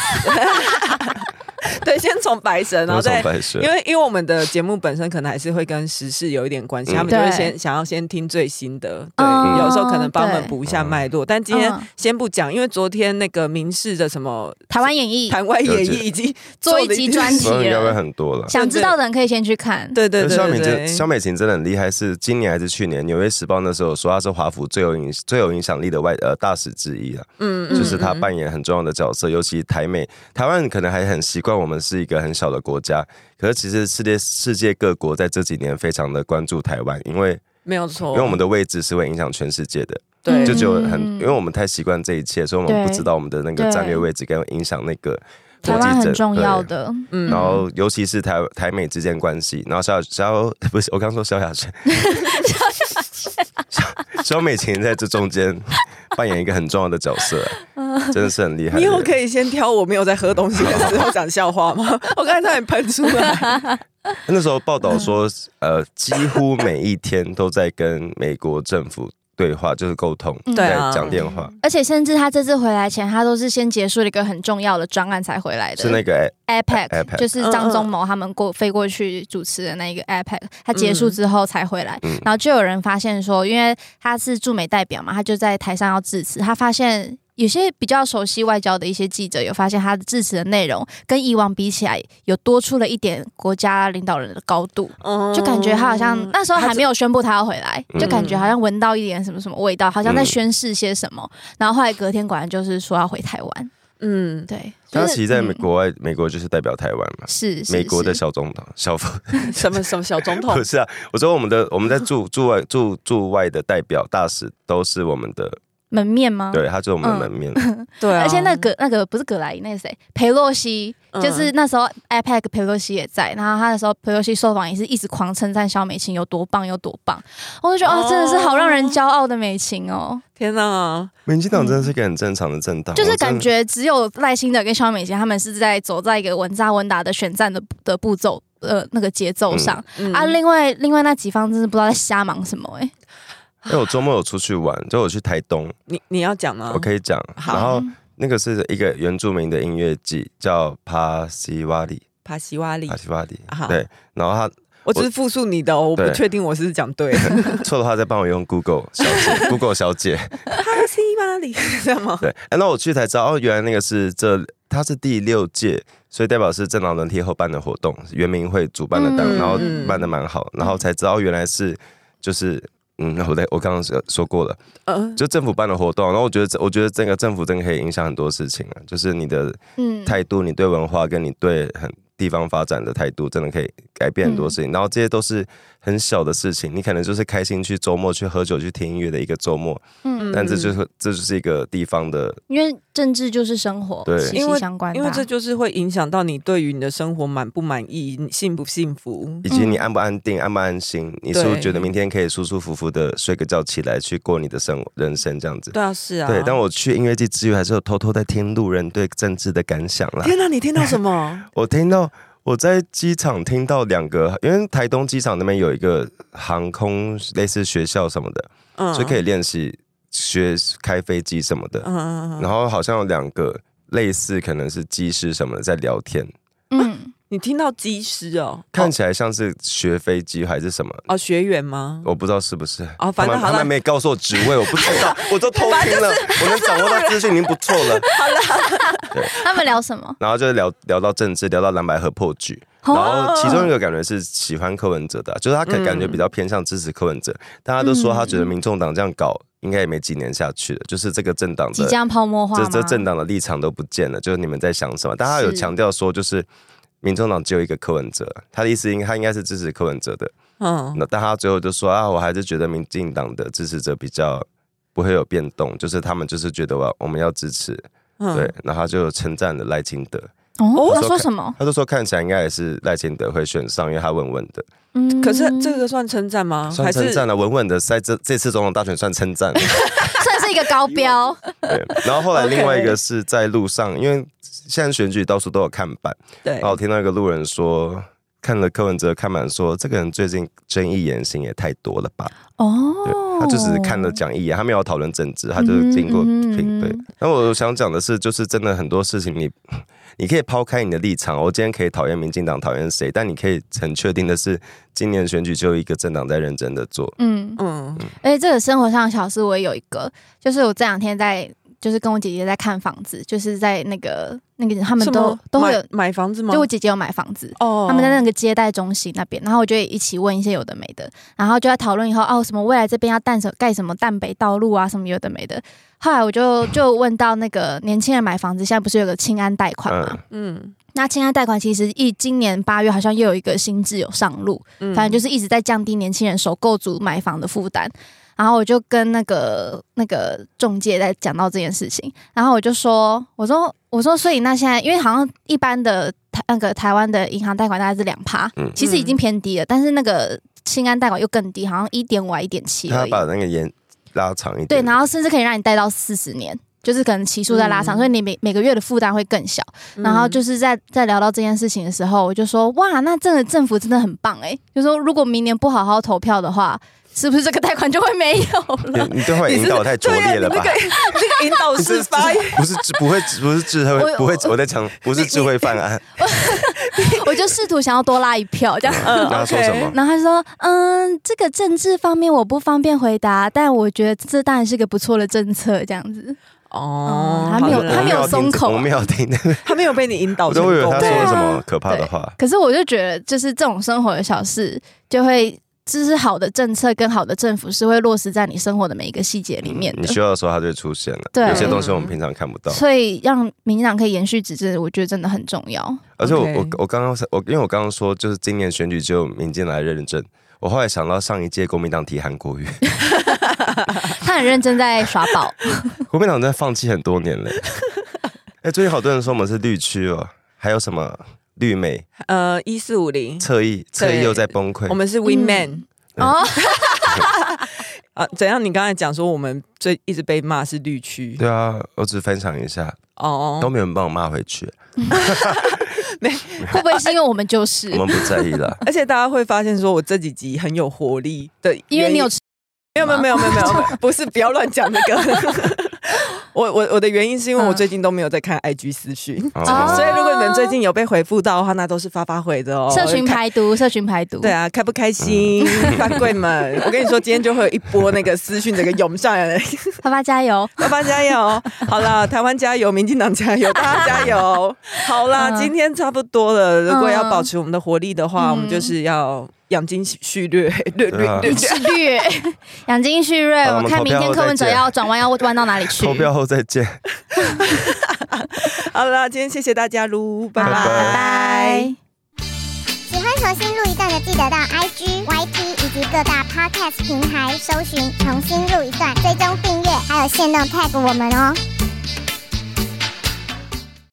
Speaker 1: 对，先从白神，然后
Speaker 2: 那种
Speaker 1: 再。
Speaker 2: 白蛇
Speaker 1: 因，为因为我们的节目本身可能还是会跟时事有一点关系，
Speaker 2: 嗯
Speaker 1: 他们就会
Speaker 3: 对
Speaker 1: 先想要先听最新的，对，
Speaker 3: 嗯
Speaker 1: 有时候可能帮我们
Speaker 3: 对
Speaker 1: 补一下脉络。但今天
Speaker 3: 嗯
Speaker 1: 先不讲，因为昨天那个民视的什么
Speaker 3: 台湾演艺
Speaker 1: 台湾演
Speaker 2: 了
Speaker 1: 艺
Speaker 2: 解
Speaker 1: 已经
Speaker 3: 做一
Speaker 1: 了
Speaker 3: 集专题
Speaker 2: 所以应该会
Speaker 3: 了，
Speaker 2: 很多了。
Speaker 3: 想知道的人可以先去看。
Speaker 1: 对对对
Speaker 2: 肖
Speaker 1: 对
Speaker 2: 美
Speaker 1: 对
Speaker 2: 琴，，肖美琴真的很厉害，是今年还是去年《纽约时报》那时候说她是华府最有影最有影响力的外呃大使之一啊。
Speaker 1: 嗯
Speaker 2: 就是他
Speaker 1: 嗯
Speaker 2: 扮演很重要的角色，尤其台美、台湾可能还很习惯我们是一个很小的国家，可是其实世界世界各国在这几年非常的关注台湾，因为
Speaker 1: 没有错，
Speaker 3: 哦
Speaker 2: 因为我们的位置是会影响全世界的，
Speaker 1: 对
Speaker 2: 就只有很
Speaker 3: 嗯
Speaker 2: 因为我们太习惯这一切，所以我们
Speaker 3: 对
Speaker 2: 不知道我们的那个
Speaker 3: 对
Speaker 2: 战略位置跟影响那个国
Speaker 3: 台
Speaker 2: 际
Speaker 3: 湾很
Speaker 2: 政
Speaker 3: 重要。
Speaker 2: 对
Speaker 3: 的，
Speaker 1: 嗯
Speaker 2: 然后，尤其是台台美之间关系，然后萧萧不是我刚说萧亚轩，萧萧美琴在这中间扮演一个很重要的角色，真的是很厉害的
Speaker 1: 你
Speaker 2: 人。
Speaker 1: 有可以先挑我没有在喝东西的时候讲笑话吗？我刚才差点喷出 来。
Speaker 2: 那时候报道说，呃，几乎每一天都在跟美国政府对话，就是沟通，
Speaker 3: 嗯
Speaker 1: 对
Speaker 2: 在
Speaker 1: 啊
Speaker 2: 讲电话。
Speaker 3: 而且甚至他这次回来前，他都是先结束了一个很重要的专案才回来的。
Speaker 2: 是那个哎 E
Speaker 3: APEC，,
Speaker 2: APEC
Speaker 3: 就是张
Speaker 2: 嗯
Speaker 3: 忠谋他们过飞过去主持的那一个 APEC，他结束之后才回来，
Speaker 2: 嗯
Speaker 3: 然后就有人发现说，因为他是驻美代表嘛，他就在台上要致辞，他发现。有些比较熟悉外交的一些记者有发现，他的致辞的内容跟以往比起来，有多出了一点国家领导人的高度，
Speaker 1: 嗯
Speaker 3: 就感觉他好像那时候还没有宣布他要回来，
Speaker 2: 嗯
Speaker 3: 就感觉好像闻到一点什么什么味道，好像在
Speaker 2: 嗯
Speaker 3: 宣誓些什么。然后后来隔天果然就是说要回台湾，
Speaker 1: 嗯，
Speaker 3: 对，就
Speaker 2: 他
Speaker 3: 是
Speaker 2: 其实在美
Speaker 3: 嗯
Speaker 2: 国外，美国就是代表台湾嘛。
Speaker 3: 是是
Speaker 2: 美国的
Speaker 3: 是
Speaker 2: 小总统，小
Speaker 1: 什么什么小总统
Speaker 2: 不是啊，我说我们的我们在驻驻外驻驻外的代表大使都是我们的，
Speaker 3: 门面吗？
Speaker 2: 对，他就是我们
Speaker 3: 嗯
Speaker 2: 的门面。
Speaker 1: 对啊，
Speaker 3: 而且那个那个不是葛莱那个谁，裴洛西，
Speaker 1: 嗯
Speaker 3: 就是那时候 IPAC 裴洛西也在，然后他那时候裴洛西受访也是一直狂称赞肖美琴有多棒有多棒，我就觉得
Speaker 1: 哦
Speaker 3: 哦，真的是好让人骄傲的美琴哦，
Speaker 1: 天哪，
Speaker 2: 民进党真的是一个很正常的政党，
Speaker 3: 就是
Speaker 2: 我哦真的
Speaker 3: 感觉只有赖清德跟肖美琴他们是在走在一个稳扎稳打的选战的的步骤。呃，那个节奏上、
Speaker 1: 嗯
Speaker 3: 啊，另外另外那几方真是不知道在瞎忙什么哎、欸
Speaker 2: 因为我周末有出去玩，就我去台东，
Speaker 1: 你你要讲吗
Speaker 2: 我可以讲。
Speaker 1: 好
Speaker 2: 然
Speaker 3: 嗯
Speaker 2: 后那个是一个原住民的音乐季，叫帕西瓦里，
Speaker 1: 帕西瓦里
Speaker 2: 帕，西瓦里
Speaker 1: 好。
Speaker 2: 对，然后
Speaker 1: 我只是复述你的哦，我不
Speaker 2: 对
Speaker 1: 确定我是不是讲 对了。
Speaker 2: 他错的话再帮我用 Google 小姐，Google 小姐。
Speaker 1: 帕西瓦里 是这样吗？
Speaker 2: 对，哎那我去才知道，哦，原来那个是这，它是第六届，所以代表是政党轮替后办的活动，原民会主办的单，
Speaker 3: 嗯
Speaker 2: 然后
Speaker 1: 嗯
Speaker 2: 办的蛮好，然后才知道原来是就是。嗯，我在我刚刚说说过了，
Speaker 1: 嗯，
Speaker 2: 就政府办的活动，然后我觉得这，我觉得这个政府真的可以影响很多事情啊，就是你的
Speaker 3: 嗯
Speaker 2: 态度，你对文化跟你对很地方发展的态度，真的可以改变
Speaker 1: 嗯
Speaker 2: 很多事情。然后这些都是很小的事情，你可能就是开心去周末去喝酒去听音乐的一个周末，
Speaker 3: 嗯，
Speaker 2: 但这就是这就是一个地方的，
Speaker 3: 因为政治就是生活
Speaker 2: 对
Speaker 3: 息
Speaker 1: 因为
Speaker 3: 息相关的
Speaker 1: 因
Speaker 3: 啊、
Speaker 1: 为这就是会影响到你对于你的生活满不满意，你幸不幸福
Speaker 2: 以。及你安不安定、安不安心，你是不
Speaker 1: 嗯
Speaker 2: 是
Speaker 1: 对
Speaker 2: 觉得明天可以舒舒服服的睡个觉起来去过你的生活人生这样子？
Speaker 1: 对啊，是啊。
Speaker 2: 对，但我去音乐季之余，还是有偷偷在听路人对政治的感想啦。
Speaker 1: 天哪，你听到什 么？
Speaker 2: 我听到我在机场听到两个，因为台东机场那边有一个航空类似学校什么的，
Speaker 1: 嗯
Speaker 2: 所以可
Speaker 1: 以，
Speaker 2: 以练习学开飞机什么的。
Speaker 1: 嗯嗯嗯
Speaker 2: 然
Speaker 1: 嗯，
Speaker 2: 后好像有两个类似，可能是机师什么的在聊天，
Speaker 1: 哦
Speaker 3: 嗯，
Speaker 1: 你听到机师哦，
Speaker 2: 看起来像是学飞机还是什么，
Speaker 1: 哦学员吗？
Speaker 2: 我不知道是不是。
Speaker 1: 哦，
Speaker 2: 他
Speaker 1: 反
Speaker 2: 们
Speaker 1: 正好
Speaker 2: 他
Speaker 1: 了
Speaker 2: 们，没告诉我职位，我不知 道，我都偷听了，我能掌握到资讯已经不错了。
Speaker 3: 他们聊什么？
Speaker 2: 然后就聊聊到政治，聊到蓝白河破局，
Speaker 3: 哦
Speaker 2: 然后其中一个感觉是喜欢柯文哲的啊，就是他感
Speaker 1: 嗯
Speaker 2: 感觉比较偏向支持柯文哲。大家都说他
Speaker 3: 嗯
Speaker 2: 觉得民众党这样搞，应该也没几年下去了，就是这个政党
Speaker 3: 即
Speaker 2: 的
Speaker 3: 将泡沫化
Speaker 2: 这
Speaker 3: 吗？
Speaker 2: 这政党的立场都不见了，就是你们在想什么？但他有
Speaker 3: 是
Speaker 2: 强调说，就是民众党只有一个柯文哲，他的意思应他应该是支持柯文哲的。
Speaker 1: 嗯，
Speaker 3: 哦
Speaker 2: 那但他最后就说啊，我还是觉得民进党的支持者比较不会有变动，就是他们就是觉得我我们要支持，
Speaker 1: 嗯
Speaker 2: 对，，然后他就称赞了赖清德。
Speaker 3: 哦，
Speaker 2: 他说
Speaker 3: 他说
Speaker 2: 看
Speaker 3: 什么？
Speaker 2: 他就说看起来应该也是赖清德会选上，因为他稳稳的，
Speaker 3: 嗯
Speaker 1: 可是这个算称赞吗？
Speaker 2: 算
Speaker 1: 啊还是
Speaker 2: 称赞了，稳稳的在这这次总统大选算称赞。
Speaker 3: 算是一个高标，
Speaker 2: 对，然后后来
Speaker 1: OK
Speaker 2: 另外一个是在路上，因为现在选举到处都有看板，
Speaker 1: 对
Speaker 2: 然后我听到一个路人说。看了柯文哲看板说，这个人最近争议言行也太多了吧？ 对
Speaker 3: 哦，
Speaker 2: 他就只是看了讲义，他没有讨论政治，他就是经过
Speaker 3: 嗯嗯
Speaker 2: 评
Speaker 3: 嗯
Speaker 2: 对。那我想讲的是，就是真的很多事情你，你可以抛开你的立场，哦我今天可以讨厌民进党，讨厌谁，但你可以很确定的是，今年选举就有一个政党在认真的做。
Speaker 3: 嗯，
Speaker 1: 嗯
Speaker 3: 而且这个生活上的小事我也有一个，就是我这两天在，就是跟我姐姐在看房子，就是在那个那个他们
Speaker 1: 什
Speaker 3: 都
Speaker 1: 么
Speaker 3: 都会
Speaker 1: 买
Speaker 3: 有，
Speaker 1: 买房子吗？
Speaker 3: 就我姐姐有买房子，
Speaker 1: 哦
Speaker 3: 他们在那个接待中心那边，然后我就会一起问一些有的没的，然后就在讨论以后哦，什么未来这边要淡什盖什么淡北道路啊，什么有的没的。后来我就就问到那个年轻人买房子，现在不是有个清安贷款吗？
Speaker 2: 嗯
Speaker 1: 嗯
Speaker 3: 那清安贷款其实一今年八月好像又有一个新制有上路，
Speaker 1: 嗯
Speaker 3: 反正就是一直在降低年轻人首购族买房的负担。然后我就跟那个那个中介在讲到这件事情，然后我就说，我说我说，所以那现在因为好像一般的台那个台湾的银行贷款大概是两趴
Speaker 2: 嗯，
Speaker 3: 其实已经偏低了，但是那个清安贷款又更低，好像一点五还一点七
Speaker 2: 他
Speaker 3: 而已。
Speaker 2: 把那个延拉长一点，
Speaker 3: 对，然后甚至可以让你贷到四十年，就是可能期数在拉长，
Speaker 1: 嗯
Speaker 3: 所以你每每个月的负担会更小。然
Speaker 2: 嗯
Speaker 3: 后就是在在聊到这件事情的时候，我就说哇，那这个政府真的很棒哎、就说如果明年不好好投票的话，是不是这个贷款就会没有 了？
Speaker 2: 你你对话引导太拙
Speaker 1: 对呀
Speaker 2: 劣了
Speaker 1: 你
Speaker 2: 吧
Speaker 1: 那？个那 个引导
Speaker 2: 你这
Speaker 1: 式发言，
Speaker 2: 不是智不会不是智
Speaker 3: 我
Speaker 2: 慧
Speaker 3: 有
Speaker 2: 不会我在讲不是智慧犯案，
Speaker 3: 我就试图想要多拉一票这样。
Speaker 1: 嗯
Speaker 2: 他说什么？
Speaker 3: 然后他说：“嗯，这个政治方面我不方便回答，但我觉得这当然是个不错的政策，这样子。
Speaker 1: 哦，
Speaker 3: 他没有
Speaker 1: 好的
Speaker 3: 他没有
Speaker 2: 我
Speaker 3: 松口啊
Speaker 2: 我没有听那个，
Speaker 1: 他没有被你引导
Speaker 2: 我
Speaker 1: 成
Speaker 2: 都
Speaker 1: 功，
Speaker 2: 以为他说
Speaker 3: 对
Speaker 2: 了
Speaker 3: 啊
Speaker 2: 什么可怕的话。
Speaker 3: 可是我就觉得，就是这种生活的小事，就会就是好的政策跟好的政府是会落实在你生活的每一个细节里面
Speaker 2: 嗯
Speaker 3: 的。
Speaker 2: 你需要的时候，它就会出现了。
Speaker 3: 对
Speaker 2: 有些东西我们平常看不到。
Speaker 3: 所以让民进党可以延续执政，我觉得真的很重要。
Speaker 2: 而且我我
Speaker 1: OK
Speaker 2: 我刚刚我因为我刚刚说，就是今年选举只有民进来认证。我后来想到上一届国民党提韩国瑜，
Speaker 3: 他很认真在耍宝，
Speaker 2: 国民党真的放弃很多 年了。哎、最近好多人说我们是绿区哦，还有什么绿美
Speaker 1: 呃一四五零，
Speaker 2: 侧翼，侧翼又在崩溃
Speaker 1: 我。们是 Win Man
Speaker 3: 哦，
Speaker 1: 啊？怎样？你刚才讲说我们最一直被骂是绿区
Speaker 2: 对啊，我只分享一下，都
Speaker 1: 哦，。
Speaker 2: 没有人帮我骂回去，
Speaker 3: 会不会是因为我们就是
Speaker 2: 我们不在意了
Speaker 1: 而且大家会发现说我这几集很有活力的原，
Speaker 3: 因为你有吃
Speaker 1: 没有没有没有没有没 有，不是不要乱讲那个。 我我我的原因是因为我最近都没有在看 IG 私讯，
Speaker 3: 嗯哦
Speaker 1: 所以如果你们最近有被回复到的话，那都是发发回的哦。
Speaker 3: 社群排毒？社群排毒，
Speaker 1: 对，啊，开不开心，
Speaker 2: 嗯
Speaker 1: 翻柜们？我跟你说，今天就会有一波那个私讯整个涌上来了，
Speaker 3: 爸爸加油！
Speaker 1: 爸爸加油！哦好啦，台湾加油，民进党加油，大家加 油！好啦，
Speaker 3: 嗯
Speaker 1: 今天差不多了。如果要
Speaker 3: 嗯
Speaker 1: 保持我们的活力的话，我们
Speaker 3: 嗯
Speaker 1: 就是要养精蓄锐，略
Speaker 2: 对啊
Speaker 1: 略略。
Speaker 3: 是绿， 养精蓄锐。
Speaker 2: 好
Speaker 3: 我
Speaker 2: 我们
Speaker 3: 看明天
Speaker 2: 投票后
Speaker 3: 柯文哲
Speaker 2: 再见
Speaker 3: 要转弯要弯到哪里去？
Speaker 2: 投票后再见。
Speaker 1: 好啦，今天谢谢大家喽，
Speaker 3: 好，
Speaker 1: 拜
Speaker 2: 拜
Speaker 3: 拜拜。
Speaker 4: 喜欢重新录一段的，记得到 IG、YT 以及各大 Podcast 平台搜寻“重新录一段”，追踪订阅，还有限定 tag 我们哦。